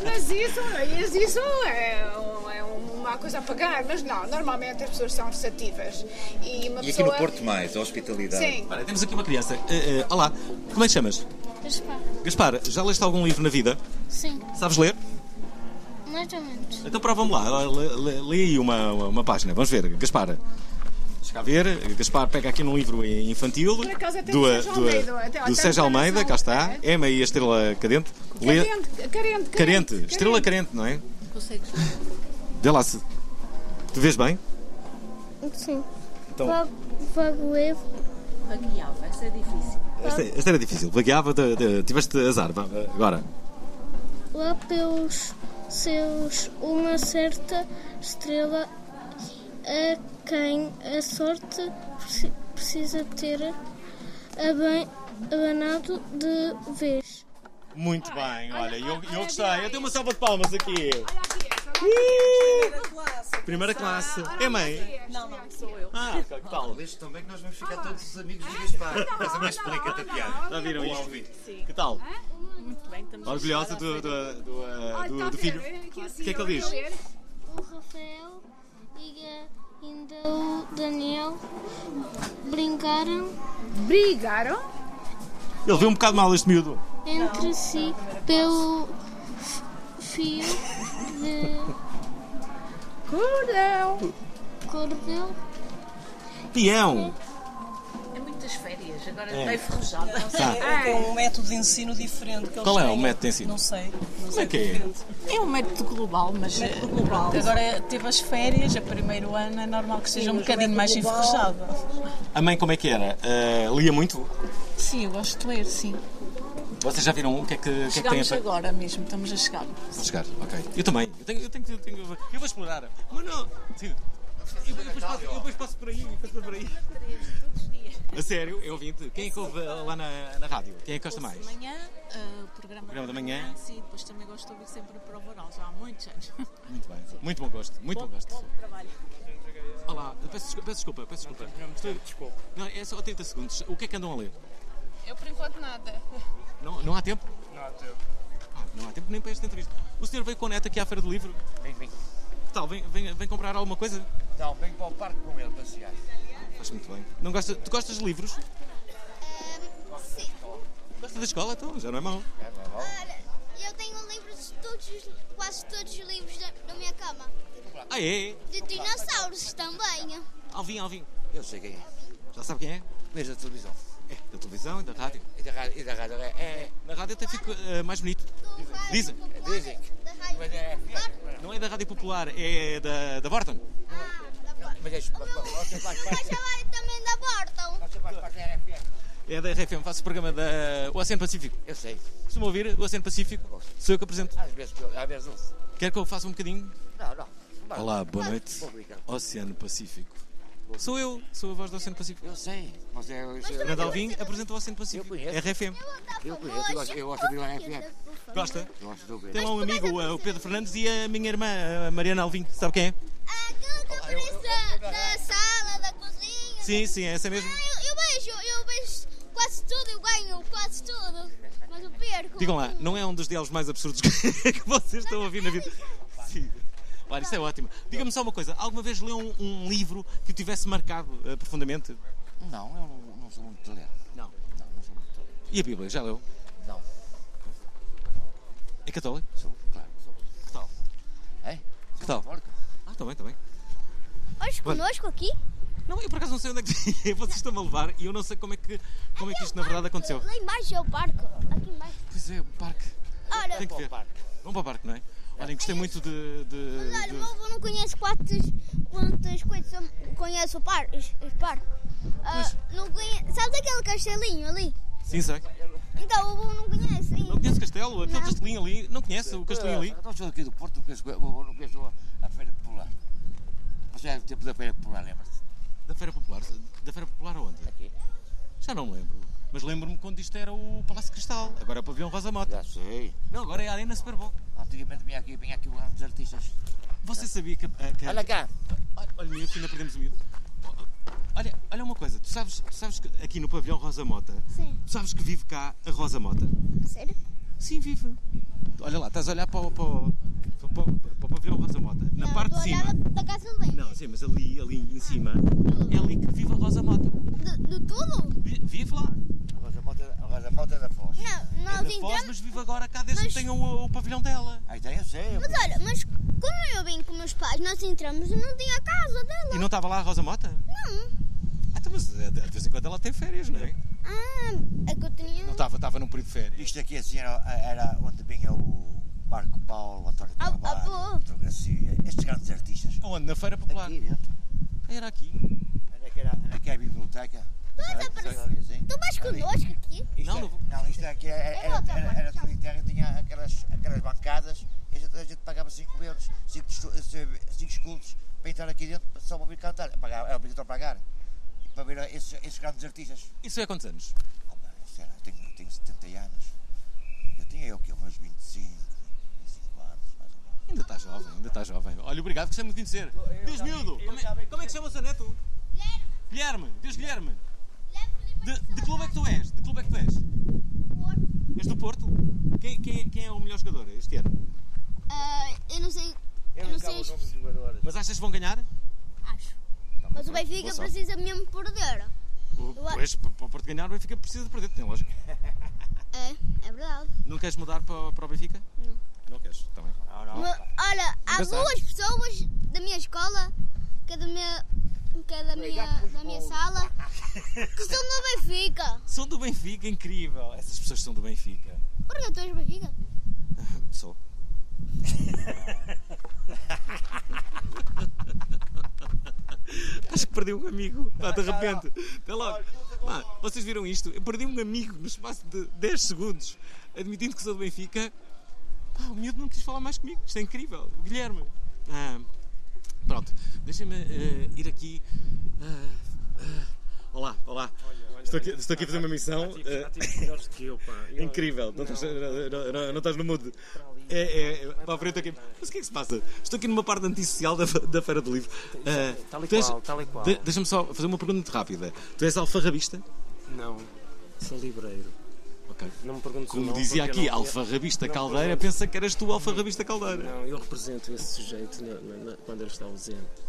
Speaker 12: Mas isso, mas isso é, um- é uma coisa a pagar, mas não, normalmente as pessoas são receptivas. E, uma
Speaker 9: E aqui no
Speaker 12: pessoa-
Speaker 9: Porto mais, a hospitalidade.
Speaker 12: Sim.
Speaker 1: Olha, temos aqui uma criança. Ah, ah, olá, como é que chamas? Gaspar, já leste algum livro na vida?
Speaker 7: Sim,
Speaker 1: Sabes ler?
Speaker 7: mais ou menos.
Speaker 1: Então prova-me lá, lê, lê- lê aí uma, uma página, vamos ver, Gaspar. Deixa cá ver, Gaspar pega aqui num livro infantil
Speaker 12: Por acaso até
Speaker 1: do,
Speaker 12: o Sérgio
Speaker 1: do-
Speaker 12: Almeida, até-
Speaker 1: do
Speaker 12: até
Speaker 1: Sérgio
Speaker 12: a
Speaker 1: Almeida, cá está, Emma e a Estrela Cadente. Lê-
Speaker 12: Carente, carente,
Speaker 1: Carente, Estrela Carente, não é?
Speaker 7: Consegues?
Speaker 1: Vê lá se. Tu vês bem?
Speaker 7: Sim.
Speaker 1: Então-
Speaker 7: Vaguevo.
Speaker 8: Vagueava, essa é difícil.
Speaker 1: Esta, esta era difícil, vagueava, de- de- tiveste azar, vá, agora.
Speaker 7: Lá pelos seus uma certa estrela a quem a sorte preci- precisa ter aban- abanado de vez.
Speaker 1: Muito bem, olha, eu, eu gostei, eu dei uma salva de palmas aqui.
Speaker 8: Primeira classe.
Speaker 1: Primeira classe. É mãe?
Speaker 8: Não, não, sou eu.
Speaker 1: Ah, ok, que tal?
Speaker 9: Leste também que nós vamos ficar todos os amigos do Gaspar.
Speaker 1: é
Speaker 9: Mas é a mãe explica-te a piada.
Speaker 1: Já viram
Speaker 9: Ou ao
Speaker 1: isto?
Speaker 9: vivo.
Speaker 1: Que tal?
Speaker 8: Muito bem, estamos
Speaker 1: Orgulhosa
Speaker 8: a
Speaker 1: do, do, do, eh,
Speaker 7: Olha,
Speaker 1: do-
Speaker 7: tá a
Speaker 1: do
Speaker 7: ver,
Speaker 1: filho.
Speaker 7: é que
Speaker 1: O que é que ele diz?
Speaker 7: O Rafael e a- ainda o Daniel brincaram
Speaker 12: Brigaram?
Speaker 1: Ele viu um bocado mal este miúdo.
Speaker 7: entre si pelo f- fio de
Speaker 12: Cordão!
Speaker 7: cordel.
Speaker 1: Peão!
Speaker 8: É muitas férias, agora
Speaker 1: É.
Speaker 8: está enferrujada.
Speaker 1: Tá.
Speaker 13: É um método de ensino diferente. que eles
Speaker 1: Qual é
Speaker 13: têm.
Speaker 1: o método de ensino?
Speaker 13: Não sei. Não
Speaker 1: Como
Speaker 13: sei
Speaker 1: é que é?
Speaker 13: diferente.
Speaker 8: É um método global, mas.
Speaker 13: Método global. Agora teve as férias, a primeiro ano é normal que seja um bocadinho mais enferrujada.
Speaker 1: A mãe como é que era? Eh, lia muito?
Speaker 13: Sim, eu gosto de ler, sim.
Speaker 1: Vocês já viram o que é que, o que, é que é tem a
Speaker 13: Chegamos agora mesmo, estamos a chegar.
Speaker 1: Vou chegar, ok. Eu também. Eu tenho, eu tenho, eu tenho, eu vou explorar. Mas não. Sim. Eu, eu depois passo, eu depois passo por aí, eu depois passo por aí. A sério, eu ouvinte. Quem é que ouve eh, lá na, na rádio? Quem é que gosta
Speaker 13: Ouço
Speaker 1: mais?
Speaker 13: de manhã, ah, o programa,
Speaker 1: Programa da manhã.
Speaker 13: Sim, depois também gosto de ouvir sempre o Provarão, já há muitos anos.
Speaker 1: Muito bem. Muito bom gosto, muito bom, gosto.
Speaker 13: trabalho.
Speaker 1: Olá, peço desculpa, peço desculpa. Peço desculpa. Estou- Não, é só 30 segundos. O que é que andam a ler?
Speaker 6: Eu, por enquanto, nada.
Speaker 1: Não, não há tempo?
Speaker 6: Não há tempo.
Speaker 1: Ah, não há tempo nem para esta entrevista. O senhor veio com a neta aqui à Feira do Livro? Vem, vem. Que tal? Vem, vem, vem comprar alguma coisa?
Speaker 14: Então, venho para o parque com ele passear.
Speaker 1: Faz muito bem. Não gosta, tu gostas de livros?
Speaker 15: Sim.
Speaker 1: Gosta da escola? Então, já não é mau.
Speaker 14: É, não é mau.
Speaker 15: Eu tenho livros de todos os- quase todos os livros da, na minha cama.
Speaker 1: Ah, é?
Speaker 15: De dinossauros também.
Speaker 1: Alvin, Alvin.
Speaker 14: Eu sei quem é.
Speaker 1: Já sabe quem é?
Speaker 14: Mas da televisão.
Speaker 1: É, da televisão e da rádio.
Speaker 14: E da rádio, e da rádio é, é.
Speaker 1: Na rádio até fico eh, mais bonito. Dizem.
Speaker 14: Dizem. que- Mas é.
Speaker 1: Não é da Rádio Popular, é da, da Borton.
Speaker 15: Ah,
Speaker 14: Mas é. Você faz parte.
Speaker 15: Vai também da Borton.
Speaker 14: Você faz parte da RFM.
Speaker 1: É da RFM, faço o programa da o Oceano Pacífico. Eu sei. Se me ouvir, o Oceano Pacífico, sou eu que apresento.
Speaker 14: Às vezes, que eu- às vezes não sei.
Speaker 1: Quer que eu faça um bocadinho?
Speaker 14: Não, não. Vai.
Speaker 1: Olá, boa noite.
Speaker 14: Obrigado.
Speaker 1: Oceano Pacífico. Sou eu, sou a voz do Oceano Pacífico.
Speaker 14: Eu sei. Você é.
Speaker 1: Fernando Alvim apresenta o Oceano Pacífico. RFM.
Speaker 14: Eu conheço, eu gosto- eu gosto de ouvir a RFM.
Speaker 1: Gosta?
Speaker 14: Gosto de ouvir.
Speaker 1: Tem lá um amigo, o Pedro Fernandes, e a minha irmã, a Mariana Alvim. Sabe quem é?
Speaker 15: Da, da sala, da cozinha. Ah,
Speaker 1: Sim, sim, é essa mesmo.
Speaker 15: Eu, eu beijo, eu beijo quase tudo, eu ganho quase tudo. Mas eu perco.
Speaker 1: Digam lá, não é um dos diálogos mais absurdos que que vocês estão a ouvir na vida? Sim. Olha, isso é ótimo. Diga-me só uma coisa: alguma vez leu um, um livro que o tivesse marcado eh, profundamente?
Speaker 14: Não, eu não, não sou muito de ler.
Speaker 1: Não.
Speaker 14: Não, não sou muito de ler.
Speaker 1: E a Bíblia, já leu?
Speaker 14: Não.
Speaker 1: É católico?
Speaker 14: Sou, claro. Sou.
Speaker 1: Que tal?
Speaker 14: É?
Speaker 1: Que tal? Ah, está bem, está bem.
Speaker 15: Hoje
Speaker 1: Olha.
Speaker 15: conosco aqui?
Speaker 1: Não, eu por acaso não sei onde é que vocês estão a levar e eu não sei como é que, como é que isto na verdade aconteceu.
Speaker 15: Lá embaixo é o barco. Aqui embaixo.
Speaker 1: Pois é, o parque.
Speaker 15: Olha,
Speaker 1: Tem que ver. Vamos para o parque, não é? Olhem, gostei muito de. de-
Speaker 15: mas olha,
Speaker 1: de-
Speaker 15: o meu avô não conhece quantas, quantas coisas. eu Conheço o par, os, os parques. Ah, não conhe... Sabes aquele castelinho ali?
Speaker 1: Sim, sei.
Speaker 15: Então o avô não conhece.
Speaker 1: Não conhece o castelo? Aquele
Speaker 15: Não.
Speaker 1: castelinho ali. Não conhece o castelinho ali?
Speaker 14: Eu não É, então sou aqui do Porto, não conheço, eu não conheço a Feira Popular. Você é o tempo da Feira Popular, lembra-se?
Speaker 1: Da Feira Popular? Da Feira Popular aonde?
Speaker 14: Aqui.
Speaker 1: Já não me lembro. Mas lembro-me quando isto era o Palácio de Cristal. Agora é o Pavilhão Rosa Mota. Já
Speaker 14: sei.
Speaker 1: Não, agora é a Arena Super Bowl.
Speaker 14: Antigamente vinha aqui, vinha aqui o ano dos artistas.
Speaker 1: Você sabia que. a- que a-
Speaker 14: Olha cá.
Speaker 1: Olha, olha, miúdo, que ainda perdemos o miúdo. Olha, olha uma coisa, tu sabes, tu sabes que aqui no pavilhão Rosa Mota,
Speaker 15: Sim.
Speaker 1: tu sabes que vive cá a Rosa Mota?
Speaker 15: Sério?
Speaker 1: Sim, vive. Olha lá, estás a olhar para o, para o, para o- para o pavilhão Rosa Mota. Na parte de
Speaker 15: Estou Então, a
Speaker 1: cima.
Speaker 15: olhar Ah, da casa de bem.
Speaker 1: Não, sim, mas ali, ali em cima é ali que vive a Rosa Mota.
Speaker 15: Do, do tudo?
Speaker 1: Vi- Vive lá.
Speaker 14: A Rosa Mota, a Rosa Mota é da Foz.
Speaker 15: Não, nós
Speaker 1: é da Foz,
Speaker 15: entramos.
Speaker 1: mas vive agora cá desde que um tem o, o pavilhão dela.
Speaker 14: Ah, então eu
Speaker 1: É,
Speaker 14: sei.
Speaker 15: Mas olha, mas como eu vim com meus pais, nós entramos e não tinha a casa dela.
Speaker 1: E não estava lá a Rosa Mota?
Speaker 15: Não.
Speaker 1: Ah, então, mas eh, de de vez em quando ela tem férias, não é?
Speaker 15: Ah, é que eu tinha.
Speaker 1: Não tá. estava, estava num período de férias.
Speaker 14: Isto aqui assim era, era onde vinha o Marco Paulo, o António
Speaker 15: Ah,
Speaker 14: Carvalho,
Speaker 15: ah,
Speaker 14: a fotografia, estes grandes artistas.
Speaker 1: Onde? Na Feira Popular?
Speaker 14: Aqui dentro.
Speaker 1: Era aqui.
Speaker 14: Era aqui, era, era aqui a biblioteca.
Speaker 15: Pois, aparece. Tu vais connosco aqui?
Speaker 14: Isto não, não, isto é aqui era,
Speaker 15: Eu
Speaker 14: era,
Speaker 15: volto à
Speaker 14: era,
Speaker 15: parte,
Speaker 14: era
Speaker 15: tchau.
Speaker 14: solitário, tinha aquelas, aquelas bancadas, e a gente, a gente pagava 5 euros, 5 escudos para entrar aqui dentro só para ouvir cantar. Pagava, era obrigatório pagar, para ver esses, esses grandes artistas.
Speaker 1: Isso é quantos anos?
Speaker 14: Oh, pá, sei lá, eu tenho, eu tenho 70 anos. Eu tinha eu que meus 25, 25 anos, mais ou menos.
Speaker 1: Ainda está jovem, ainda tá- está jovem. Olha, obrigado, gostei muito de dizer. Diz miúdo, como é, como é que chama o seu neto? Guilherme. Guilherme, diz Guilherme. De, de clube é que tu és? De clube é que tu és? És do Porto? Quem, quem- quem é o melhor jogador este ano?
Speaker 15: Ah, eu não sei. Eu não sei.
Speaker 14: dos jogadores.
Speaker 1: Mas achas que vão ganhar?
Speaker 15: Acho. Mas o Benfica
Speaker 1: Boa sorte.
Speaker 15: precisa mesmo perder.
Speaker 1: O-
Speaker 15: Eu a-
Speaker 1: Pois, para para o Porto ganhar, o Benfica precisa de perder, tem lógica.
Speaker 15: É, é verdade.
Speaker 1: Não queres mudar para, para o Benfica? Tá Não. Não queres? Também.
Speaker 15: Mas, olha, há
Speaker 1: Mas há.
Speaker 15: duas pessoas da minha escola, que é da minha, que é da minha, da minha sala, que são do Benfica.
Speaker 1: São do Benfica, incrível. Essas pessoas são do Benfica.
Speaker 15: Porque eu estou do Benfica.
Speaker 1: Sou. Acho que perdi um amigo. Pá, de repente. Até logo. Pá, vocês viram isto? Eu perdi um amigo no espaço de 10 segundos, admitindo que sou do Benfica. Pá, o miúdo não quis falar mais comigo. Isto é incrível. O Guilherme. Ah, pronto. Deixem-me eh, ir aqui. Ah, ah. Olá, olá. estou, aqui, estou aqui a fazer uma missão. eh,
Speaker 3: tipo, melhores que eu, pá. Eu-
Speaker 1: Incrível, não, Estás, não- não- não estás no mood. É, é, é, para a frente aqui. Mas o que é que se passa? Estou aqui numa parte antissocial da, da Feira do Livro. Ah,
Speaker 3: Tal e
Speaker 1: tu és-
Speaker 3: qual, tal e qual.
Speaker 1: de- Deixa-me só fazer uma pergunta muito rápida. Tu és alfarrabista?
Speaker 3: Não, sou livreiro.
Speaker 1: Ok.
Speaker 3: Não me perguntes o
Speaker 1: Como
Speaker 3: nome,
Speaker 1: dizia
Speaker 3: porque eu
Speaker 1: aqui,
Speaker 3: não-
Speaker 1: alfarrabista
Speaker 3: não
Speaker 1: caldeira,
Speaker 3: pergunto.
Speaker 1: pensa que eras tu o alfarrabista caldeira.
Speaker 3: Não, eu represento esse sujeito na- na- na- quando ele está ausente.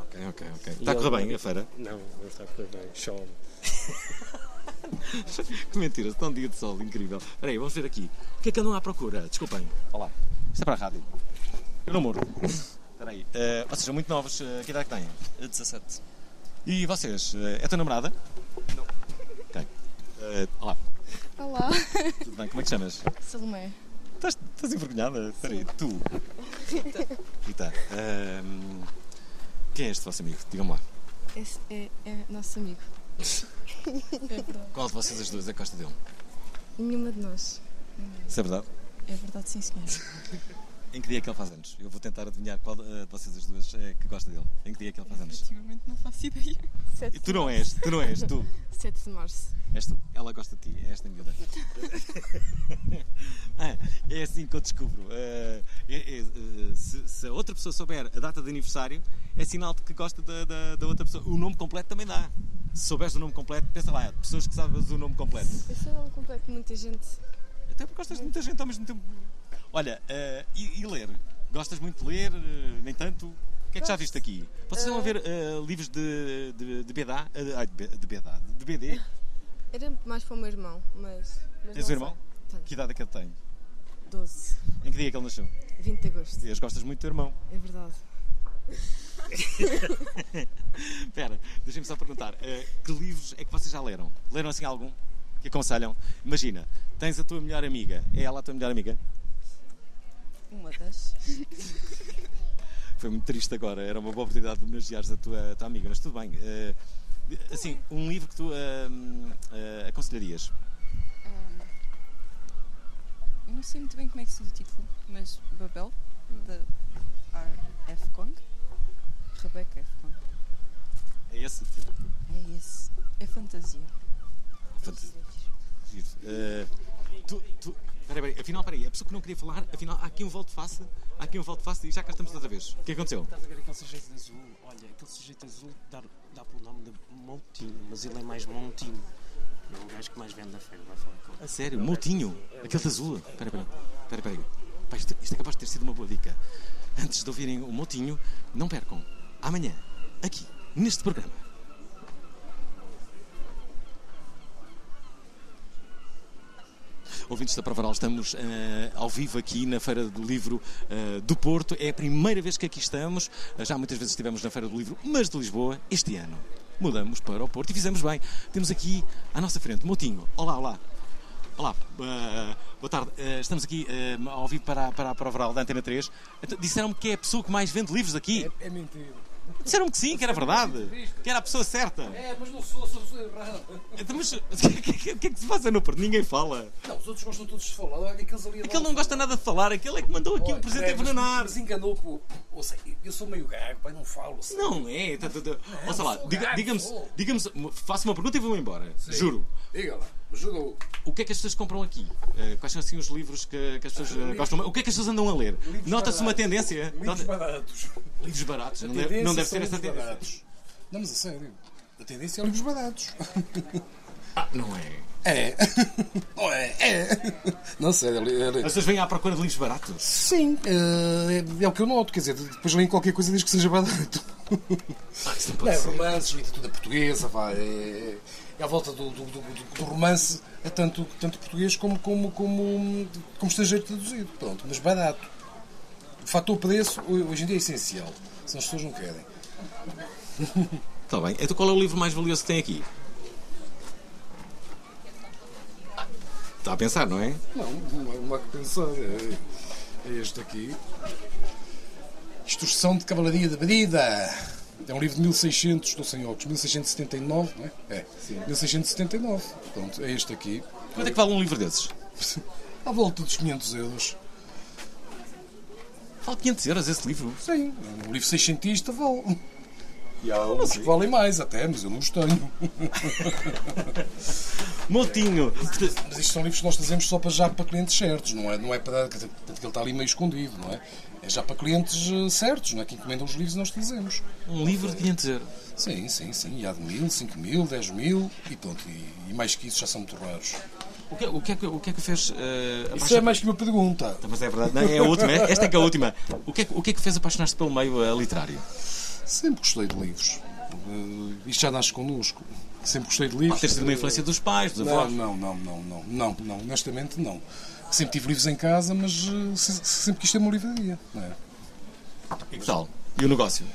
Speaker 1: Ok, ok, ok.
Speaker 3: E
Speaker 1: Está a correr
Speaker 3: ele-
Speaker 1: bem a feira?
Speaker 3: Não, não está a correr bem. Chove.
Speaker 1: que mentira, está um dia de sol incrível. Espera aí, vamos ver aqui. O que é que andam à procura? Desculpem. Olá. Isto é para a rádio. Eu não moro. Espera aí. Eh, vocês são muito novos. eh, que idade que têm? 17. E vocês? eh, é a tua namorada? Não. Ok. Eh, olá.
Speaker 16: Olá,
Speaker 1: Tudo bem? Como é que te chamas?
Speaker 16: Salomé.
Speaker 1: Estás, estás envergonhada? Espera aí. Tu?
Speaker 16: Rita.
Speaker 1: Rita, ahm, quem é este vosso amigo? Digam-me lá.
Speaker 16: Esse é, é nosso amigo. É verdade.
Speaker 1: Qual de vocês as duas é que gosta dele?
Speaker 16: Nenhuma de nós.
Speaker 1: Isso é verdade?
Speaker 16: É verdade, sim, senhor.
Speaker 1: Em que dia é que ele faz anos? Eu vou tentar adivinhar qual eh, de vocês as duas é que gosta dele. Em que dia é que ele faz anos?
Speaker 16: Efetivamente não faço ideia.
Speaker 1: E tu não é? és, tu não és, tu.
Speaker 16: 7 de março.
Speaker 1: És tu. Ela gosta de ti, é esta miúda. Ah, é assim que eu descubro. Eh, é- é, eh, se, se a outra pessoa souber a data de aniversário, é sinal de que gosta da, da- da outra pessoa. O nome completo também dá. Se souberes o nome completo, pensa lá, pessoas que sabem o nome completo.
Speaker 16: Eu sou um completo de muita gente.
Speaker 1: Até porque gostas de muita gente ao mesmo tempo. Olha, eh, e, e ler? Gostas muito de ler? Eh, nem tanto? O que é que já
Speaker 16: Gosto.
Speaker 1: viste aqui? Vocês vão
Speaker 16: Eh,
Speaker 1: ver eh, livros de, de, de BDA? eh, ai, de, B- de BDA? De BD?
Speaker 16: Ah, Era mais para o meu irmão, mas. mas
Speaker 1: Tens
Speaker 16: não
Speaker 1: um irmão?
Speaker 16: sei. Tenho.
Speaker 1: Que idade é que ele tem?
Speaker 16: 12.
Speaker 1: Em que dia é que ele nasceu?
Speaker 16: 20 de agosto.
Speaker 1: Dias, gostas muito do teu irmão.
Speaker 16: É verdade.
Speaker 1: Espera, deixem-me só perguntar. eh, que livros é que vocês já leram? Leram assim algum? Que aconselham? Imagina, tens a tua melhor amiga. É ela a tua melhor amiga?
Speaker 8: Uma das.
Speaker 1: Foi muito triste agora, era uma boa oportunidade de homenageares a tua, a tua amiga, mas tudo bem. Eh, assim, um livro que tu eh, eh, aconselharias.
Speaker 16: Ehm, Eu não sei muito bem como é que se diz o título, mas Babel, de R.F. Kong. Rebecca F. Kong.
Speaker 1: É esse?
Speaker 16: É esse. É fantasia.
Speaker 1: Fantasia. Giro. Eh, tu, tu, peraí, peraí, afinal, peraí, a pessoa que não queria falar, afinal, há aqui um volto face, há aqui um volto face e já cá estamos outra vez. O que aconteceu?
Speaker 3: Estás a ver aquele sujeito azul? Olha, aquele sujeito azul dá, dá pelo nome de Moutinho, mas ele é mais Montinho. É o gajo que mais vende da feira, vai falar com ele.
Speaker 1: A sério, Moutinho, aquele de azul. Peraí, peraí, peraí, peraí. Pá, isto, isto é capaz de ter sido uma boa dica. Antes de ouvirem o Moutinho, não percam. Amanhã, aqui, neste programa. Ouvintes da Provaral, estamos eh, ao vivo aqui na Feira do Livro eh, do Porto. É a primeira vez que aqui estamos. Eh, Já muitas vezes estivemos na Feira do Livro, mas de Lisboa, este ano. Mudamos para o Porto e fizemos bem. Temos aqui à nossa frente Moutinho. Olá, olá. Olá, eh, boa tarde. Eh, estamos aqui eh, ao vivo para, a- para a Provaral da Antena 3. Então, Disseram-me que é a pessoa que mais vende livros aqui.
Speaker 17: É mentira.
Speaker 1: Disseram-me que sim, que era verdade. Que era a pessoa certa.
Speaker 17: É, mas não sou, sou, sou errado.
Speaker 1: Então, mas o que, que- que é que se passa no Porto? Ninguém fala.
Speaker 17: Não, os outros gostam todos de falar. Olha, aqueles ali.
Speaker 1: Aquele É não gosta nada de falar, aquele é que mandou aqui o presente
Speaker 17: é, mas-
Speaker 1: envenenar.
Speaker 17: Mas enganou pô. Ou seja, eu sou meio gago, pai, não falo. sabe?
Speaker 1: Não é, tá, tá, tá.
Speaker 17: Não,
Speaker 1: ouça lá,
Speaker 17: sou
Speaker 1: diga-
Speaker 17: gago,
Speaker 1: diga-me,
Speaker 17: sou.
Speaker 1: diga-me, faça uma pergunta e vou embora,
Speaker 17: Sim.
Speaker 1: juro.
Speaker 17: Diga lá, ajudou.
Speaker 1: O que é que as pessoas compram aqui? Eh, Quais são assim os livros que, que as pessoas eh, gostam? mais? O que é que as pessoas andam a ler?
Speaker 17: Livros
Speaker 1: Nota-se uma
Speaker 17: baratos.
Speaker 1: tendência?
Speaker 17: Livros baratos.
Speaker 1: Livros baratos,
Speaker 17: A
Speaker 1: não deve,
Speaker 17: tendência
Speaker 1: não deve
Speaker 17: são
Speaker 1: ser essa
Speaker 17: livros
Speaker 1: tendência.
Speaker 17: baratos. Não, mas a sério. A tendência é livros baratos.
Speaker 1: Não é?
Speaker 17: É. Não é? É. Não sei. Ele, ele...
Speaker 1: As pessoas vêm à procura de livros baratos?
Speaker 17: Sim, eh, é, é o que eu noto. Quer dizer, depois leem qualquer coisa e diz que seja barato.
Speaker 1: Ah, isso não
Speaker 17: Não,
Speaker 1: pode
Speaker 17: é
Speaker 1: ser.
Speaker 17: romances, literatura portuguesa, vá. É, é à volta do, do, do- do- do romance, é tanto, tanto português como, como, como, como estrangeiro traduzido. Pronto, mas barato. O fator preço ho- hoje em dia é essencial. Se as pessoas não querem.
Speaker 1: Está bem. Então qual é o livro mais valioso que tem aqui? Ah, Está a pensar, não é?
Speaker 17: Não, não é- não há que pensar. É, é este aqui. Instrução de Cavalaria de Brida. É um livro de 1600, estou sem óculos, 1679, não é? É, 1679. Pronto, é este aqui.
Speaker 1: Quanto é que vale um livro desses?
Speaker 17: À volta dos 500 euros.
Speaker 1: Vale 500 euros esse livro?
Speaker 17: Sim, um livro seiscentista vale. E há um uns que valem mais até, mas eu não os tenho.
Speaker 1: Montinho!
Speaker 17: Mas isto são livros que nós trazemos só para já para clientes certos, não é? Não é para. quer dizer, Portanto, que ele está ali meio escondido, não é? É já para clientes eh, certos, não é? Que encomendam os livros e nós trazemos.
Speaker 1: Um livro de 500 euros?
Speaker 17: Sim, sim, sim. E há de mil, cinco mil, dez mil e pronto. E, e mais que isso já são muito raros.
Speaker 1: O que, o que, é, que, o que é que fez. eh,
Speaker 17: Isso é mais que uma pergunta.
Speaker 1: Mas é verdade, não, é a última, é- esta é que é a última. O que é, que- o que, é que fez apaixonar-te pelo meio eh, literário?
Speaker 17: Sempre gostei de livros. Eh, isto já nasce connosco. Sempre gostei de livros.
Speaker 1: Pode ter sido uma influência dos pais, dos
Speaker 17: não,
Speaker 1: avós.
Speaker 17: não, não, não, não, não, não, honestamente não. Sempre tive livros em casa, mas eh, se- sempre quis ter uma livraria. não é?
Speaker 1: E que tal? E o negócio?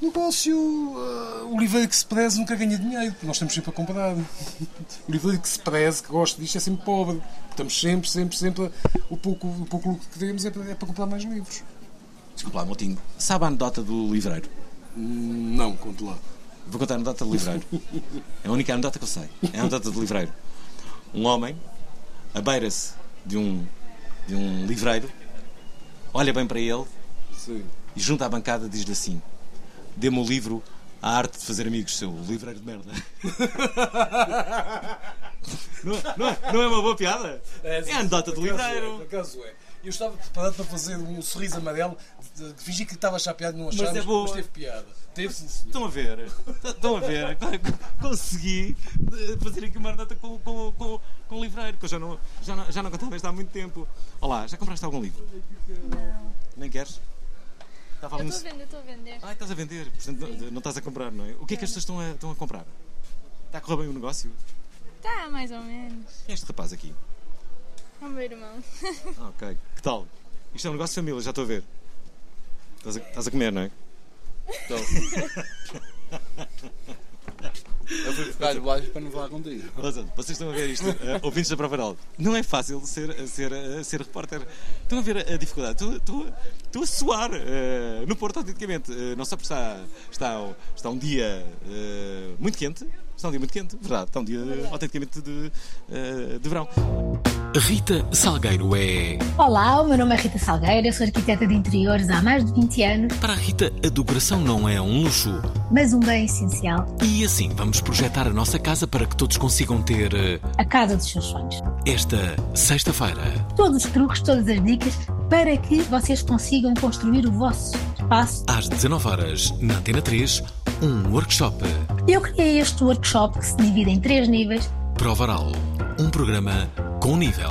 Speaker 17: Negócio, eh, o livreiro que se preze nunca ganha dinheiro, porque nós estamos sempre a comprar. O livreiro que se preze, que gosta disto, é sempre pobre. Estamos sempre, sempre, sempre. a- O pouco, o pouco lucro que temos é para, é para comprar mais livros.
Speaker 1: Desculpa lá, Montinho. Sabe a anedota do livreiro?
Speaker 17: Hum, Não, conto lá.
Speaker 1: Vou contar a anedota do livreiro. É a única anedota que eu sei. É a anedota do livreiro. Um homem abeira-se de um, de um livreiro, olha bem para ele
Speaker 17: Sim.
Speaker 1: e junto à bancada diz-lhe assim: Dê-me o livro A Arte de Fazer Amigos, seu livreiro de merda. não, é- não é, não é uma boa piada?
Speaker 17: sim,
Speaker 1: É a
Speaker 17: sim,
Speaker 1: anedota
Speaker 17: por
Speaker 1: do
Speaker 17: acaso
Speaker 1: livreiro.
Speaker 17: é, Por acaso é. Eu estava preparado para fazer um sorriso amarelo, de, de, fingir que estava a achar piada e não
Speaker 1: Mas
Speaker 17: achavas,
Speaker 1: é boa.
Speaker 17: teve piada. Teve sim,
Speaker 1: Estão a ver? Estão a ver? Consegui eh, fazer aqui uma anedota com, com, com, com o livreiro, que eu já não, já, não, já não contava isto há muito tempo. Olá, já compraste algum livro?
Speaker 18: Não.
Speaker 1: Nem queres? Estava
Speaker 18: Eu
Speaker 1: ali um-
Speaker 18: estou a vender, estou a vender.
Speaker 1: Ah, estás a vender, portanto não, não estás a comprar, não é? O que é que as pessoas estão a, estão a comprar? Está a correr bem o negócio?
Speaker 18: Tá, mais ou menos.
Speaker 1: Quem é este rapaz aqui?
Speaker 18: É o meu irmão.
Speaker 1: Ah, ok. Que tal? Isto é um negócio de família, já estou a ver. Estás a, estás a comer, não é? Então.
Speaker 19: Estou. Eu fui buscar baixo para não falar contigo.
Speaker 1: Portanto, Vocês estão a ver isto, eh, ouvintes da Provaral. Não é fácil ser, ser, eh, ser repórter. Estão a ver a, a dificuldade. Estou, estou, estou a suar eh, no Porto, autenticamente. Eh, não só porque está, está, está um dia eh, muito quente, está um dia muito quente, verdade, está um dia eh, autenticamente de, eh, de verão.
Speaker 20: Rita Salgueiro é.
Speaker 21: Olá, o meu nome é Rita Salgueira, sou arquiteta de interiores há mais de 20 anos,
Speaker 20: Para a Rita, a decoração não é um luxo.
Speaker 21: mas um bem essencial,
Speaker 20: E assim vamos projetar a nossa casa para que todos consigam ter. eh,
Speaker 21: a casa dos seus sonhos.
Speaker 20: Esta sexta-feira,
Speaker 21: Todos os truques, todas as dicas para que vocês consigam construir o vosso espaço.
Speaker 20: às 19 horas na Antena 3, um workshop.
Speaker 21: Eu criei este workshop que se divide em três níveis.
Speaker 20: Prova Oral. Um programa com nível.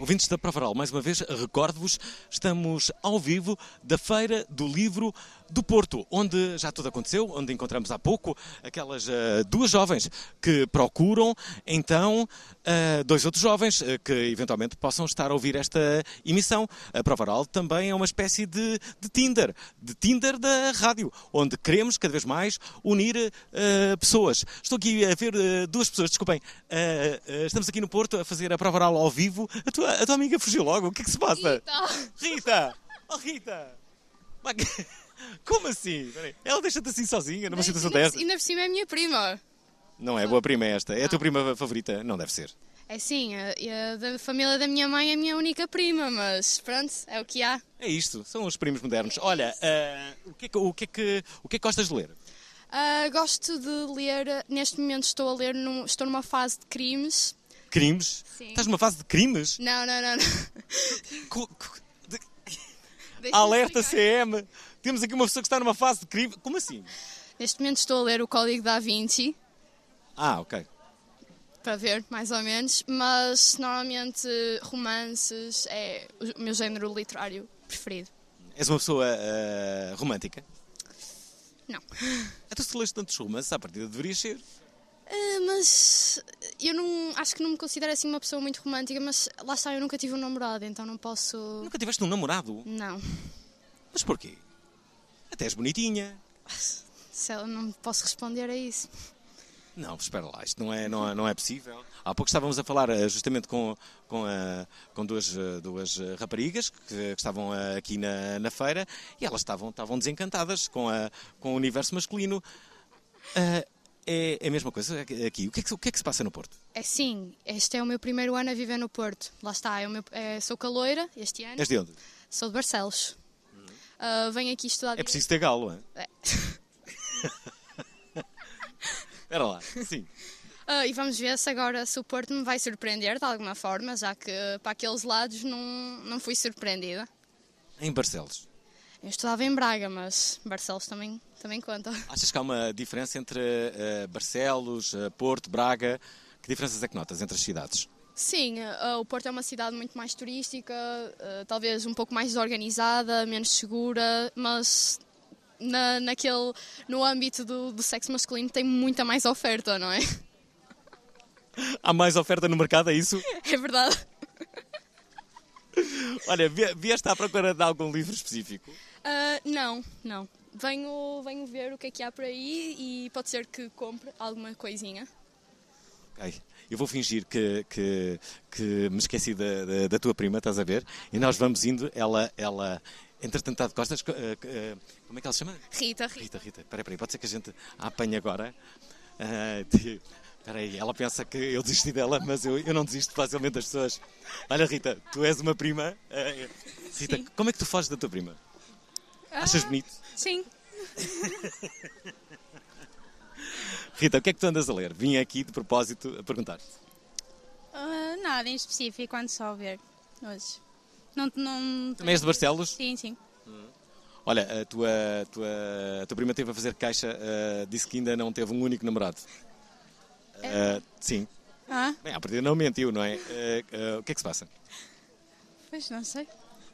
Speaker 1: Ouvintes da Provaral, mais uma vez, recordo-vos, estamos ao vivo da Feira do Livro do Porto, onde já tudo aconteceu, onde encontramos há pouco aquelas eh, duas jovens que procuram, então, eh, dois outros jovens eh, que eventualmente possam estar a ouvir esta emissão. A Provaral também é uma espécie de, de Tinder, de Tinder da rádio, onde queremos cada vez mais unir eh, pessoas. Estou aqui a ver eh, duas pessoas, desculpem, eh, eh, estamos aqui no Porto a fazer a prova oral ao vivo. A tua, a tua amiga fugiu logo, o que é que se passa? Rita! Oh, Rita! Mas que- Como assim? Peraí, Ela deixa-te assim sozinha numa situação
Speaker 18: ainda,
Speaker 1: dessa?
Speaker 18: por- ainda por cima é a minha prima.
Speaker 1: Não é boa prima é esta, é a tua prima favorita? Não deve ser.
Speaker 18: É sim, a, a da família da minha mãe é a minha única prima, mas pronto, é o que há.
Speaker 1: É isto, são os primos modernos. Olha, eh, o, que é que, o, que é que, o que é que gostas de ler?
Speaker 18: Ah, gosto de ler, neste momento estou a ler, num- estou numa fase de crimes.
Speaker 1: Crimes?
Speaker 18: Sim.
Speaker 1: Estás numa fase de crimes?
Speaker 18: Não, não, não. não. Deixa-me
Speaker 1: Alerta
Speaker 18: explicar.
Speaker 1: CM! Temos aqui uma pessoa que está numa fase de crime. Como assim?
Speaker 18: Neste momento estou a ler o Código da Vinci.
Speaker 1: Ah, ok.
Speaker 18: para ver, mais ou menos, mas normalmente romances é o meu género literário preferido.
Speaker 1: És uma pessoa eh, romântica?
Speaker 18: Não.
Speaker 1: Até se lês tantos romances, à partida deverias ser.
Speaker 18: Eh, mas eu não acho que não me considero assim uma pessoa muito romântica, mas lá está, eu nunca tive um namorado, então não posso.
Speaker 1: Nunca tiveste um namorado?
Speaker 18: Não.
Speaker 1: Mas porquê? Até és bonitinha.
Speaker 18: Sei lá, não posso responder a isso.
Speaker 1: Não, espera lá, isto não é, não é, não é possível. Há pouco estávamos a falar eh, justamente com, com, eh, com duas, eh, duas eh, raparigas que, que estavam eh, aqui na, na feira e elas estavam, estavam desencantadas com, a, com o universo masculino. Ah, é é a mesma coisa aqui. O que é que, se- o que é que se passa no Porto?
Speaker 18: É sim, este é o meu primeiro ano a viver no Porto. Lá está, é o meu, é, sou caloira este ano.
Speaker 1: És de onde?
Speaker 18: Sou de Barcelos. Ah, venho aqui estudar.
Speaker 1: É preciso ter galo, é?
Speaker 18: É.
Speaker 1: Espera lá, sim.
Speaker 18: Ah, e vamos ver se agora se o Porto me vai surpreender de alguma forma, já que para aqueles lados não, não fui surpreendida.
Speaker 1: Em Barcelos.
Speaker 18: Eu estudava em Braga, mas Barcelos também, também conta.
Speaker 1: Achas que há uma diferença entre eh, Barcelos, eh, Porto, Braga? Que diferenças é que notas entre as cidades?
Speaker 18: Sim, ah, o Porto é uma cidade muito mais turística, ah, talvez um pouco mais desorganizada, menos segura, mas na, naquele, no âmbito do, do sexo masculino tem muita mais oferta, não é?
Speaker 1: Há mais oferta no mercado, é isso?
Speaker 18: É verdade.
Speaker 1: Olha, vi- vieste à procura de algum livro específico?
Speaker 18: Ah, não, não. Venho, venho ver o que é que há por aí e pode ser que compre alguma coisinha.
Speaker 1: Ok. Eu vou fingir que, que, que me esqueci da, da, da tua prima, estás a ver? E nós vamos indo, ela, ela, Entretanto, está de costas. co- eh, eh, como é que ela se chama?
Speaker 18: Rita, Rita.
Speaker 1: Rita, Rita. Espera aí, pode ser que a gente a apanhe agora. Ah, de- Espera aí, ela pensa que eu desisti dela, mas eu, eu não desisto facilmente das pessoas. Olha, Rita, tu és uma prima. Ah, Rita, como é que tu foges da tua prima? Ah, Achas bonito?
Speaker 18: Sim.
Speaker 1: Rita, o que é que tu andas a ler? Vim aqui de propósito a perguntar-te.
Speaker 22: Ah, nada em específico, ando só a ver hoje. Não, não...
Speaker 1: Também és de Barcelos?
Speaker 22: Sim, sim.
Speaker 1: Olha, a tua, a tua, a tua prima teve a fazer caixa, ah, disse que ainda não teve um único namorado. Ah, sim.
Speaker 22: Ah,
Speaker 1: Bem, à partida não mentiu, não é? Ah, ah, o que é que se passa?
Speaker 22: pois não sei.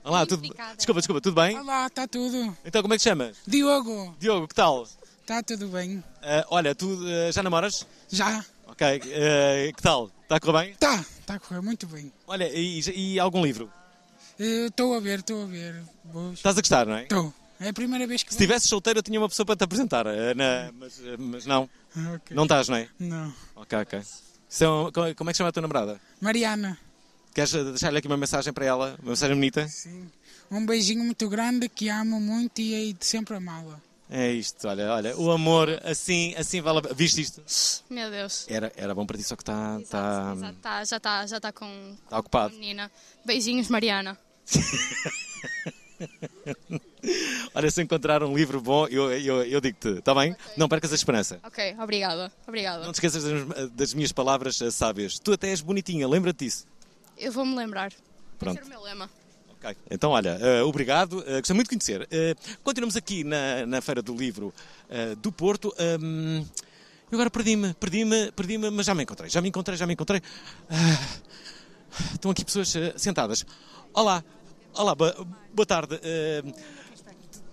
Speaker 1: Olá, tudo Desculpa, desculpa, tudo bem?
Speaker 23: Olá, está tudo.
Speaker 1: Então, como é que te chamas?
Speaker 23: Diogo,
Speaker 1: Diogo, que tal?
Speaker 23: está tudo bem?
Speaker 1: Ah, olha, tu ah, já namoras?
Speaker 23: Já.
Speaker 1: Ok, ah, que tal? Está a correr bem?
Speaker 23: Está, está a correr muito bem.
Speaker 1: Olha, e, e algum livro?
Speaker 23: Estou a ver, estou a ver. Boas.
Speaker 1: Estás a gostar, não é?
Speaker 23: Estou. É a primeira vez que
Speaker 1: Se estivesse solteiro, eu tinha uma pessoa para te apresentar, ah, na- mas, ah, mas não.
Speaker 23: Ah, ok.
Speaker 1: Não estás, não é?
Speaker 23: Não.
Speaker 1: Ok, ok. São, co- como é que chama a tua namorada?
Speaker 23: Mariana,
Speaker 1: Queres ah, deixar-lhe aqui uma mensagem para ela? Uma mensagem bonita?
Speaker 23: Sim. um beijinho muito grande que amo muito e hei de sempre amá-la.
Speaker 1: É isto, olha, olha. O amor, assim, assim vale a pena. Viste isto?
Speaker 18: Meu Deus.
Speaker 1: Era, era bom para ti, só que está tá,
Speaker 18: Tá, já está já tá com,
Speaker 1: tá ocupado.
Speaker 18: menina. Beijinhos, Mariana.
Speaker 1: Olha, se encontrar um livro bom, eu, eu, eu digo-te, está bem? Não percas a esperança.
Speaker 18: Ok, obrigada. Obrigada.
Speaker 1: Não te esqueças das, das minhas palavras eh, sábias. Tu até és bonitinha, lembra-te disso.
Speaker 18: Eu vou-me lembrar.
Speaker 1: Pronto.
Speaker 18: Ser o meu lema.
Speaker 1: Ok. Então, olha, eh, obrigado. eh, gostei muito de conhecer. Eh, continuamos aqui na, na Feira do Livro eh, do Porto. Ahm, eu agora perdi-me, perdi-me, perdi-me, mas já me encontrei, já me encontrei, já me encontrei. Ah, estão aqui pessoas eh, sentadas. Olá, olá, ba- boa tarde. ahm,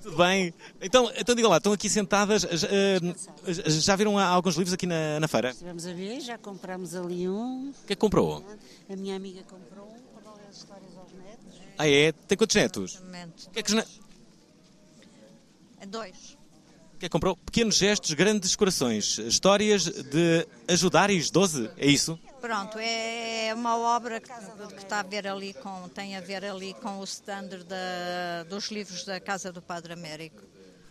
Speaker 1: tudo bem? Então, então diga lá, estão aqui sentadas. j- ahm, j- já viram há alguns livros aqui na, na feira?
Speaker 24: Estivemos a ver, já comprámos ali um.
Speaker 1: O que é que comprou?
Speaker 24: A minha amiga comprou um para ler as histórias aos netos.
Speaker 1: Ah, é? Tem quantos netos?
Speaker 24: Exatamente.
Speaker 1: O que é que, os ne-
Speaker 25: É
Speaker 24: Dois.
Speaker 1: o que é que comprou? Pequenos gestos, grandes corações. Histórias de ajudares 12, é isso?
Speaker 25: Pronto, é, é uma obra que, que está a ver ali com, tem a ver ali com o standard da- dos livros da Casa do Padre Américo.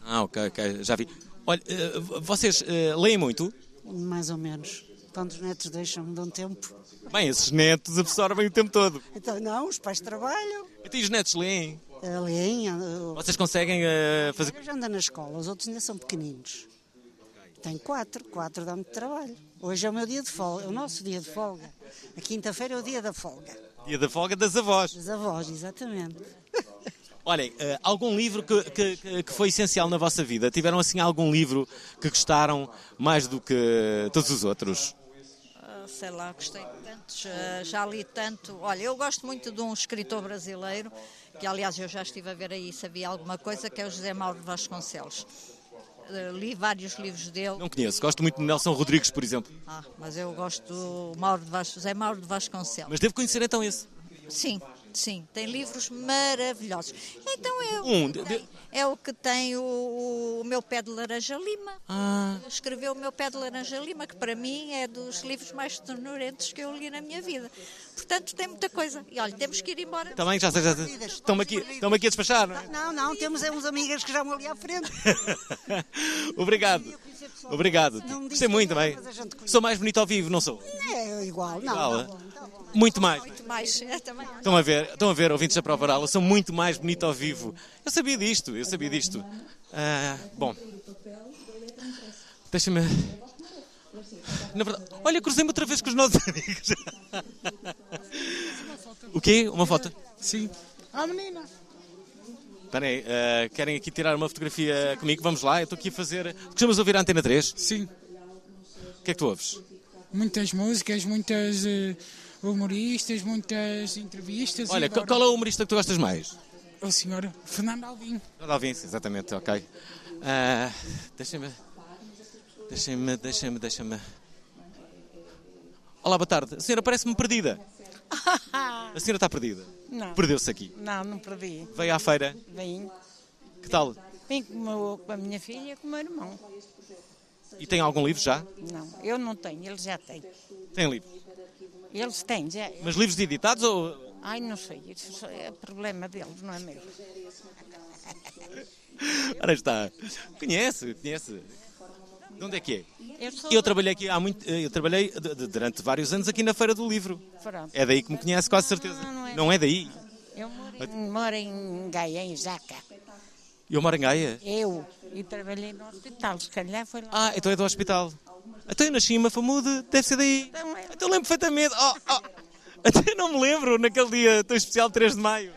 Speaker 1: Ah, ok, ok, já vi. Olha, eh, v- vocês eh, leem muito?
Speaker 24: Mais ou menos. Quando os netos deixam-me de um tempo.
Speaker 1: Bem, esses netos absorvem o tempo todo.
Speaker 24: Então, não, os pais trabalham.
Speaker 1: Então, e os netos leem?
Speaker 24: Ali, ah,
Speaker 1: Vocês conseguem eh, fazer.
Speaker 24: Agora já anda na escola, os outros ainda são pequeninos. Tem quatro, quatro dá muito trabalho. Hoje é o meu dia de folga, é o nosso dia de folga. A quinta-feira é o dia da folga.
Speaker 1: Dia da folga das avós.
Speaker 24: Dos avós, exatamente.
Speaker 1: Olhem, eh, algum livro que, que- que- que foi essencial na vossa vida? Tiveram assim algum livro que gostaram mais do que todos os outros?
Speaker 25: Ah, sei lá, gostei de tantos, ah, já li tanto. Olha, eu gosto muito de um escritor brasileiro, que aliás eu já estive a ver aí se havia alguma coisa, que é o José Mauro Vasconcelos. Ah, li vários livros dele.
Speaker 1: Não conheço, gosto muito de Nelson Rodrigues, por exemplo.
Speaker 25: Ah, mas eu gosto do Mauro de Vas- José Mauro de Vasconcelos.
Speaker 1: Mas devo conhecer então esse.
Speaker 25: Sim, sim, tem livros maravilhosos. Então eu
Speaker 1: Um, de- de-
Speaker 25: é o que tem o, o meu pé de laranja lima.
Speaker 1: Ah.
Speaker 25: Escreveu o meu pé de laranja lima, que para mim é dos livros mais tenorentos que eu li na minha vida. Portanto, tem muita coisa. E olha, temos que ir embora.
Speaker 1: Também já sei, já sei. Estão-me aqui, estão aqui a despachar, não é?
Speaker 24: Não, não, temos é uns amigas que já vão ali à frente.
Speaker 1: Obrigado. Obrigado.
Speaker 24: Não me disse
Speaker 1: Gostei muito
Speaker 24: quem era,
Speaker 1: bem.
Speaker 24: mas a gente
Speaker 1: Sou mais bonito ao vivo, não sou?
Speaker 24: É igual, não.
Speaker 1: Igual, é?
Speaker 24: tá
Speaker 1: Muito mais.
Speaker 25: Muito mais. É, também.
Speaker 1: Estão a ver, estão a ver, ouvintes da Prova Oral, eu sou muito mais bonito ao vivo. Eu sabia disto, eu sabia disto. Ah, bom, deixa-me. Na verdade, olha, cruzei-me outra vez com os nossos amigos. O quê? Uma foto?
Speaker 23: Sim. Ah, menina!
Speaker 1: Espera aí, ah, querem aqui tirar uma fotografia comigo? Vamos lá, eu estou aqui a fazer. Costumas ouvir a Antena 3?
Speaker 23: Sim.
Speaker 1: O que é que tu ouves?
Speaker 23: Muitas músicas, muitas eh, humoristas, muitas entrevistas.
Speaker 1: Olha,
Speaker 23: e
Speaker 1: qual
Speaker 23: agora-
Speaker 1: qual é o humorista que tu gostas mais?
Speaker 23: Oh, senhora, Fernando Alvim.
Speaker 1: Fernando Alvins, exatamente, ok. Ah, deixem-me. Deixem-me, deixem-me, deixem-me. Olá, boa tarde. A senhora parece-me perdida. A senhora está perdida.
Speaker 26: Não.
Speaker 1: Perdeu-se aqui.
Speaker 26: Não, não perdi.
Speaker 1: Veio à feira.
Speaker 26: Vim.
Speaker 1: Que tal?
Speaker 26: Vim com, o meu- com a minha filha e com o meu irmão.
Speaker 1: E tem algum livro já?
Speaker 26: Não, eu não tenho, eles já têm.
Speaker 1: Tem um livro.
Speaker 26: Eles têm, já.
Speaker 1: Mas livros editados ou.
Speaker 26: Ai, não sei, isso só é problema deles, não é meu.
Speaker 1: Ora está. Conhece, conhece. De onde é que é?
Speaker 26: Eu sou
Speaker 1: Eu trabalhei aqui há muito. Eu trabalhei d- d- durante vários anos aqui na Feira do Livro.
Speaker 26: Pronto.
Speaker 1: É daí que me conhece, com certeza.
Speaker 26: Não, não é.
Speaker 1: Não é daí.
Speaker 26: Eu moro em, moro em Gaia, em Jaca.
Speaker 1: Eu moro em Gaia.
Speaker 26: Eu. E trabalhei no hospital, se calhar foi lá.
Speaker 1: Ah, então é do hospital. Então eu nasci em Mafamude, deve ser daí. Então lembro perfeitamente. Oh, oh. Até não me lembro naquele dia tão especial, 3 de maio.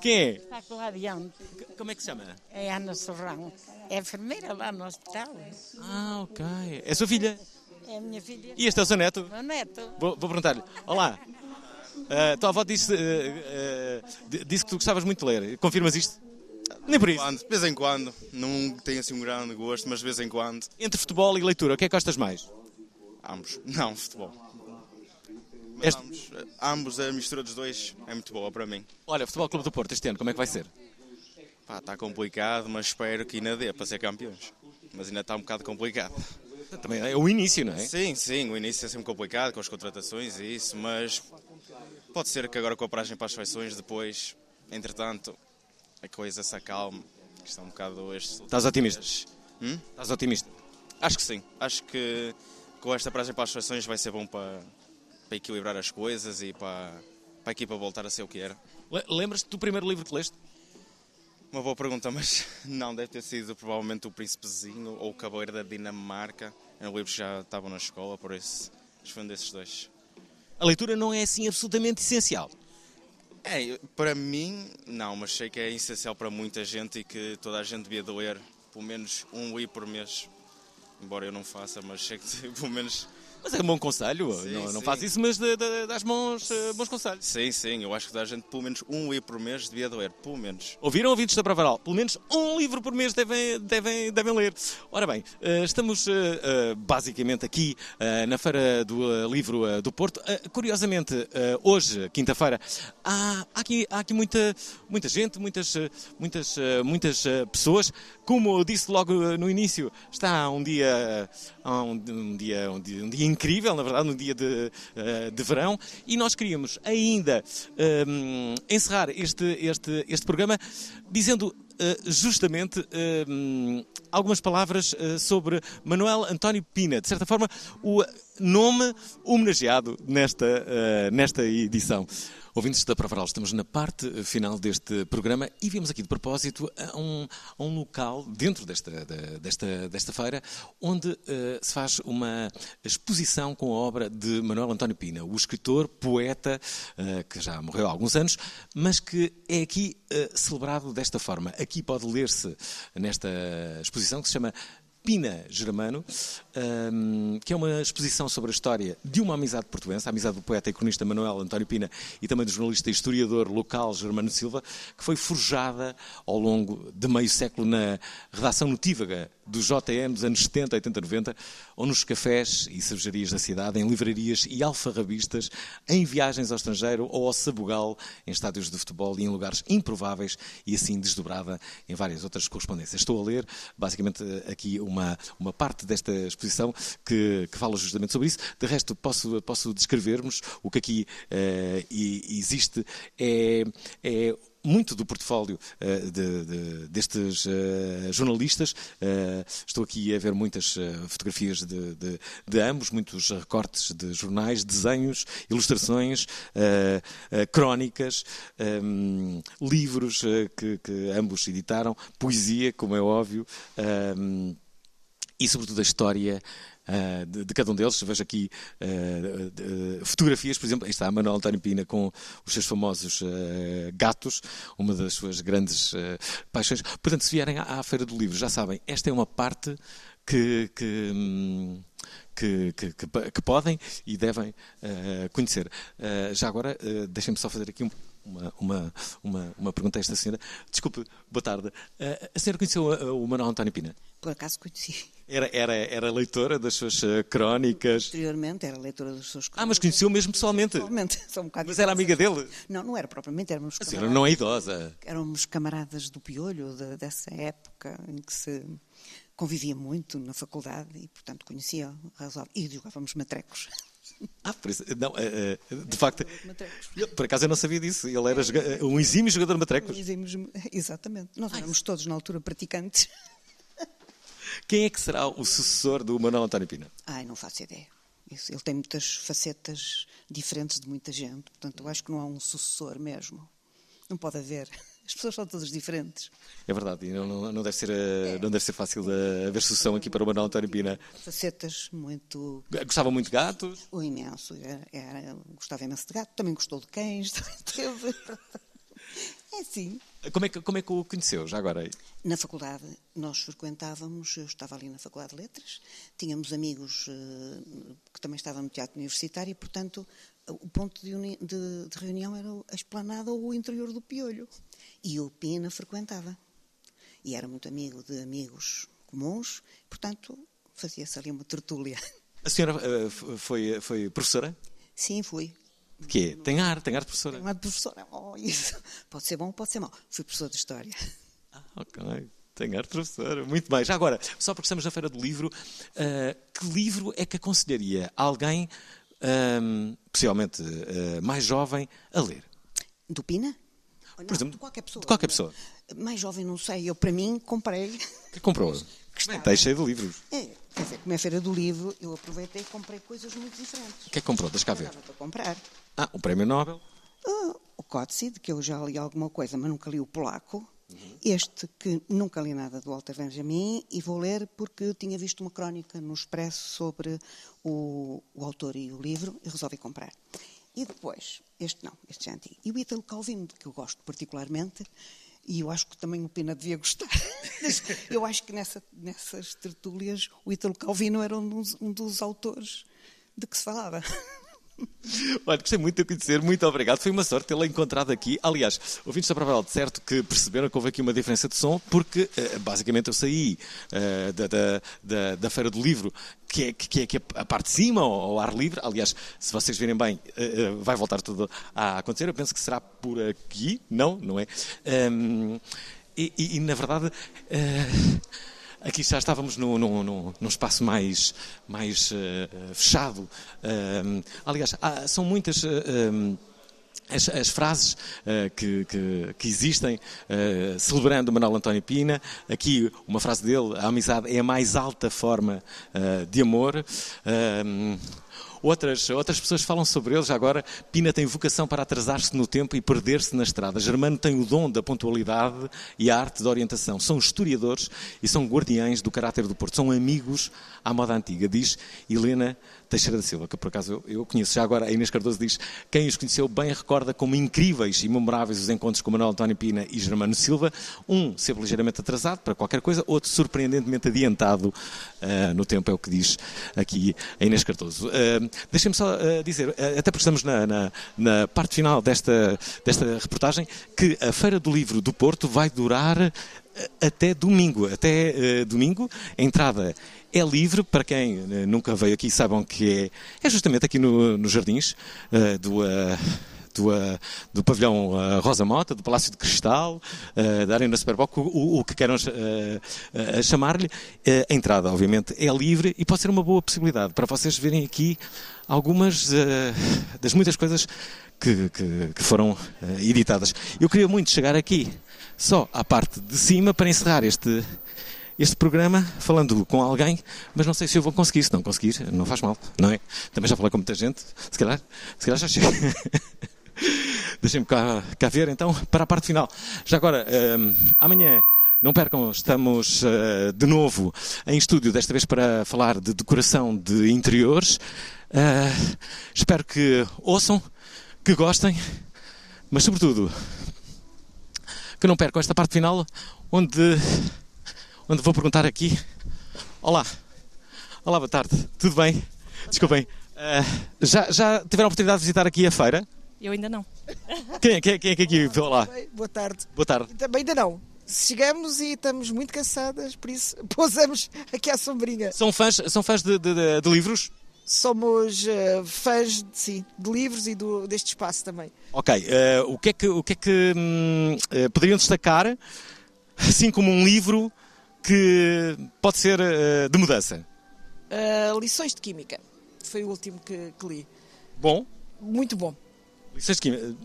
Speaker 1: Quem é?
Speaker 26: Está com lá adiante.
Speaker 1: Como é que se chama?
Speaker 26: É Ana Sorrão. É enfermeira lá no hospital.
Speaker 1: Ah, ok. É a sua filha.
Speaker 26: É a minha filha.
Speaker 1: E este é o seu neto?
Speaker 26: Meu neto.
Speaker 1: Vou, vou perguntar-lhe. Olá. Ah, tua avó disse, ah, ah, di- disse que tu gostavas muito de ler. Confirmas isto? Nem por isso.
Speaker 11: Quando, de vez em quando. Não tenho assim um grande gosto, mas de vez em quando.
Speaker 1: Entre futebol e leitura, o que é que gostas mais?
Speaker 11: Ambos. Não, futebol. Mas ambos, eh, ambos, a mistura dos dois é muito boa para mim.
Speaker 1: Olha, Futebol Clube do Porto este ano, como é que vai ser?
Speaker 11: Pá, está complicado, mas espero que ainda dê para ser campeões. Mas ainda está um bocado complicado.
Speaker 1: Também é o início, não é?
Speaker 11: Sim, sim, o início é sempre complicado com as contratações e isso, mas pode ser que agora com a paragem para as feições, depois, entretanto, a coisa se acalme. Que está um bocado este.
Speaker 1: Estás otimista?
Speaker 11: Hum?
Speaker 1: Estás otimista?
Speaker 11: Acho que sim. Acho que com esta paragem para as feições vai ser bom para, para equilibrar as coisas e para, para a equipa voltar a ser o que era.
Speaker 1: Le- Lembras-te do primeiro livro que leste?
Speaker 11: Uma boa pergunta, mas não, deve ter sido provavelmente o Príncipezinho ou o Cavaleiro da Dinamarca. Eram livros que já estavam na escola, por isso acho que foi um desses dois.
Speaker 1: A leitura não é assim absolutamente essencial.
Speaker 11: É, eu- para mim, não, mas sei que é essencial para muita gente e que toda a gente devia ler pelo menos um livro por mês. Embora eu não faça, mas sei que pelo menos.
Speaker 1: Mas é um bom conselho, não, não faz isso, mas dá- dá- dás bons, eh, bons conselhos.
Speaker 11: Sim, sim, eu acho que toda a gente pelo menos um livro por mês devia ler, pelo menos.
Speaker 1: Ouviram ouvintes da Pravaral? Pelo menos um livro por mês devem, devem, devem ler. Ora bem, eh, estamos eh, eh, basicamente aqui eh, na Feira do eh, Livro eh, do Porto. Eh, Curiosamente, eh, hoje, quinta-feira, há, há aqui, há aqui muita, muita gente, muitas, eh, muitas, eh, muitas eh, pessoas. Como eu disse logo eh, no início, está um dia, há um, um dia, um, dia, um dia incrível, na verdade, um dia de, eh, de verão. E nós queríamos ainda ehm, encerrar este, este, este programa dizendo eh, justamente ehm, algumas palavras eh, sobre Manuel António Pina, de certa forma, o nome homenageado nesta, eh, nesta edição. Ouvintes da Provaral, estamos na parte eh, final deste programa e viemos aqui de propósito a um, a um local dentro desta, da- desta, desta feira onde eh, se faz uma exposição com a obra de Manuel António Pina, o escritor, poeta, eh, que já morreu há alguns anos, mas que é aqui eh, celebrado desta forma. Aqui pode ler-se nesta exposição que se chama Pina Germano, hum, que é uma exposição sobre a história de uma amizade portuense, a amizade do poeta e cronista Manuel António Pina e também do jornalista e historiador local Germano Silva, que foi forjada ao longo de meio século na redação notívaga do JM dos anos 70, 80, 90, ou nos cafés e cervejarias da cidade, em livrarias e alfarrabistas, em viagens ao estrangeiro ou ao Sabugal, em estádios de futebol e em lugares improváveis e assim desdobrada em várias outras correspondências. Estou a ler, basicamente, eh, aqui uma, uma parte desta exposição que, que fala justamente sobre isso. De resto, posso, posso descrever-vos o que aqui eh, e- existe. É, é muito do portfólio eh, de- de- destes eh, jornalistas. Eh, estou aqui a ver muitas eh, fotografias de, de- de ambos, muitos recortes de jornais, desenhos, ilustrações, eh, eh, crónicas, ehm, livros eh, que, que ambos editaram, poesia, como é óbvio. ehm, e sobretudo a história ah, de, de cada um deles. Vejo aqui ah, de- de- fotografias, por exemplo, aí está Manuel António Pina com os seus famosos ah, gatos, uma das suas grandes ah, paixões. Portanto, se vierem à, à Feira do Livro, já sabem, esta é uma parte que. que, hum, que, que- que pa- que podem e devem ah, conhecer. Ah, já agora, ah, deixem-me só fazer aqui um- uma, uma, uma, uma pergunta a esta senhora. Desculpe, boa tarde. Ah, a senhora conheceu ah, o Manuel António Pina?
Speaker 4: Por acaso conheci.
Speaker 1: Era, era, era leitora das suas eh, crónicas.
Speaker 4: Anteriormente era leitora dos seus
Speaker 1: Ah, mas conheceu mesmo pessoalmente.
Speaker 4: Pessoalmente, só um bocado.
Speaker 1: Mas era amiga dele.
Speaker 4: Não, não era propriamente, éramos
Speaker 1: A senhora não é idosa.
Speaker 4: Éramos camaradas do Piolho, de- dessa época em que se convivia muito na faculdade e, portanto, conhecia razoável. E jogávamos matrecos.
Speaker 1: Ah, por isso. Não, eh, eh, de facto. eu, Por acaso eu não sabia disso. Ele era joga- um exímio jogador de matrecos.
Speaker 27: Dizemos, exatamente. Nós éramos todos na altura praticantes.
Speaker 1: Quem é que será o sucessor do Manuel António Pina?
Speaker 27: Ai, não faço ideia. Isso, ele tem muitas facetas diferentes de muita gente. Portanto, eu acho que não há um sucessor mesmo. Não pode haver. As pessoas são todas diferentes.
Speaker 1: É verdade, e não, não- não deve, ser, eh, não deve ser fácil eh, haver sucessão aqui para o Manuel António Pina.
Speaker 27: Facetas muito.
Speaker 1: Gostava muito de gatos.
Speaker 27: O imenso. Era, era- gostava imenso de gato, também gostou de cães, também teve. É assim.
Speaker 1: Como é, que, como é que o conheceu já agora?
Speaker 27: Na faculdade, nós frequentávamos, eu estava ali na Faculdade de Letras, tínhamos amigos eh, que também estavam no teatro universitário e, portanto, o ponto de, uni- de- de reunião era a esplanada ou o interior do Piolho. E o Pina frequentava. E era muito amigo de amigos comuns, portanto, fazia-se ali uma tertúlia.
Speaker 1: A senhora eh, f- foi, foi professora?
Speaker 27: Sim, fui.
Speaker 1: De quê? Tem ar, tem ar de professora.
Speaker 27: Uma professora, oh, isso pode ser bom, pode ser mau. Fui professora de História.
Speaker 1: Ok, tem ar de professora. Muito bem. Já agora, só porque estamos na Feira do Livro, eh, que livro é que aconselharia a alguém, ahm, possivelmente eh, mais jovem, a ler?
Speaker 27: Do Pina? Ou não,
Speaker 1: exemplo,
Speaker 27: de qualquer pessoa.
Speaker 1: De qualquer pessoa.
Speaker 27: Mais jovem, não sei. Eu, para mim, comprei.
Speaker 1: Que comprou? Está cheio de livros.
Speaker 27: É, quer dizer, como é a Feira do Livro, eu aproveitei e comprei coisas muito diferentes.
Speaker 1: O que é que comprou? Deixa cá ver.
Speaker 27: Estava a comprar.
Speaker 1: Ah, o Prémio Nobel.
Speaker 27: Ah, o Kotze, de que eu já li alguma coisa, mas nunca li o polaco. Este, que nunca li nada do Walter Benjamin, e vou ler porque eu tinha visto uma crónica no Expresso sobre o, o autor e o livro, e resolvi comprar. E depois, este não, este já é antigo. E o Ítalo Calvino, de que eu gosto particularmente, e eu acho que também o Pina devia gostar. eu acho que nessa, nessas tertúlias o Ítalo Calvino era um dos, um dos autores de que se falava.
Speaker 1: Olha, gostei muito de o conhecer, muito obrigado. Foi uma sorte tê-la encontrado aqui. Aliás, ouvintes da Provaral, de certo que perceberam que houve aqui uma diferença de som, porque eh, basicamente eu saí eh, da, da- da- da Feira do Livro, que é, que é, que é a parte de cima, ao, ao ar livre. Aliás, se vocês virem bem, eh, eh, vai voltar tudo a acontecer. Eu penso que será por aqui, não, não é? Ahm, e, e- e, na verdade. eh, Aqui já estávamos num, num- num- num espaço mais, mais eh, eh, fechado. Ahm, aliás, há- são muitas. eh, ahm, as, as frases eh, que, que- que existem eh, celebrando o Manuel António Pina, aqui uma frase dele: a amizade é a mais alta forma eh, de amor. Ahm, Outras, outras pessoas falam sobre ele já agora. Pina tem vocação para atrasar-se no tempo e perder-se na estrada. Germano tem o dom da pontualidade e a arte da orientação. São historiadores e são guardiães do caráter do Porto. São amigos à moda antiga, diz Helena Teixeira da Silva, que por acaso eu, eu conheço. Já agora a Inês Cardoso diz: quem os conheceu bem recorda como incríveis e memoráveis os encontros com Manuel António Pina e Germano Silva. Um sempre ligeiramente atrasado para qualquer coisa, outro surpreendentemente adiantado ah, no tempo, é o que diz aqui a Inês Cardoso. Ah, Deixem-me só ah, dizer, ah, até porque estamos na, na- na parte final desta, desta reportagem, que a Feira do Livro do Porto vai durar ah, até domingo. Até ah, domingo, a entrada é livre para quem ah, nunca veio aqui, saibam que é, é justamente aqui no- nos jardins ah, do. ah, do, ah, do pavilhão ah, Rosa Mota, do Palácio de Cristal, ah, da Arena Superboc, o- o, o que queiram ah, ah, chamar-lhe. Ah, a entrada, obviamente, é livre e pode ser uma boa possibilidade para vocês verem aqui algumas ah, das muitas coisas que, que- que foram ah, editadas. Eu queria muito chegar aqui, só à parte de cima, para encerrar este. Este programa, falando com alguém, mas não sei se eu vou conseguir. Se não conseguir, não faz mal, não é? Também já falei com muita gente, se calhar, se calhar já chega. Deixem-me cá, cá ver então para a parte final. Já agora, hum, amanhã. Não percam, estamos eh, de novo em estúdio, desta vez para falar de decoração de interiores. Eh, espero que ouçam, que gostem, mas sobretudo que não percam esta parte final onde, onde vou perguntar aqui. Olá, olá, boa tarde, tudo bem? Desculpem, eh, já, já tiveram a oportunidade de visitar aqui a feira?
Speaker 28: Eu ainda não.
Speaker 1: Quem, é- quem, é- quem é que aqui? Olá.
Speaker 28: Bem, Boa tarde.
Speaker 1: Boa tarde.
Speaker 28: Também ainda não. Chegamos e estamos muito cansadas, por isso pousamos aqui à sombrinha.
Speaker 1: São fãs, são fãs de, de- de- de livros?
Speaker 28: Somos eh, fãs de, sim, de livros e do- deste espaço também.
Speaker 1: Ok. eh, o que é que, o que, é que hum, eh, poderiam destacar, assim como um livro que pode ser eh, de mudança?
Speaker 6: Ah,
Speaker 28: Eh, lições de Química.
Speaker 6: foi o último que, que li.
Speaker 1: Bom?
Speaker 6: Muito bom.
Speaker 1: Disseste que...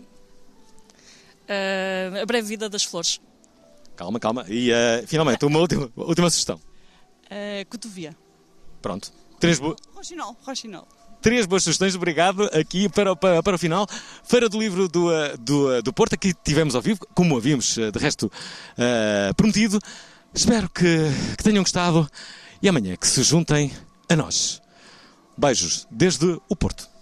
Speaker 9: Ah, a Breve Vida das Flores.
Speaker 1: Calma, calma. E ah, finalmente, uma última, última sugestão.
Speaker 9: Ah, Cotovia.
Speaker 1: Pronto. Três, bo-
Speaker 9: Rochinol, Rochinol.
Speaker 1: três boas sugestões, obrigado aqui para, o- para, para o final. Feira do Livro do, ah, do, ah, do Porto, aqui tivemos ao vivo, como havíamos ah, de resto ah, prometido. Espero que, que tenham gostado e amanhã que se juntem a nós. Beijos desde o Porto.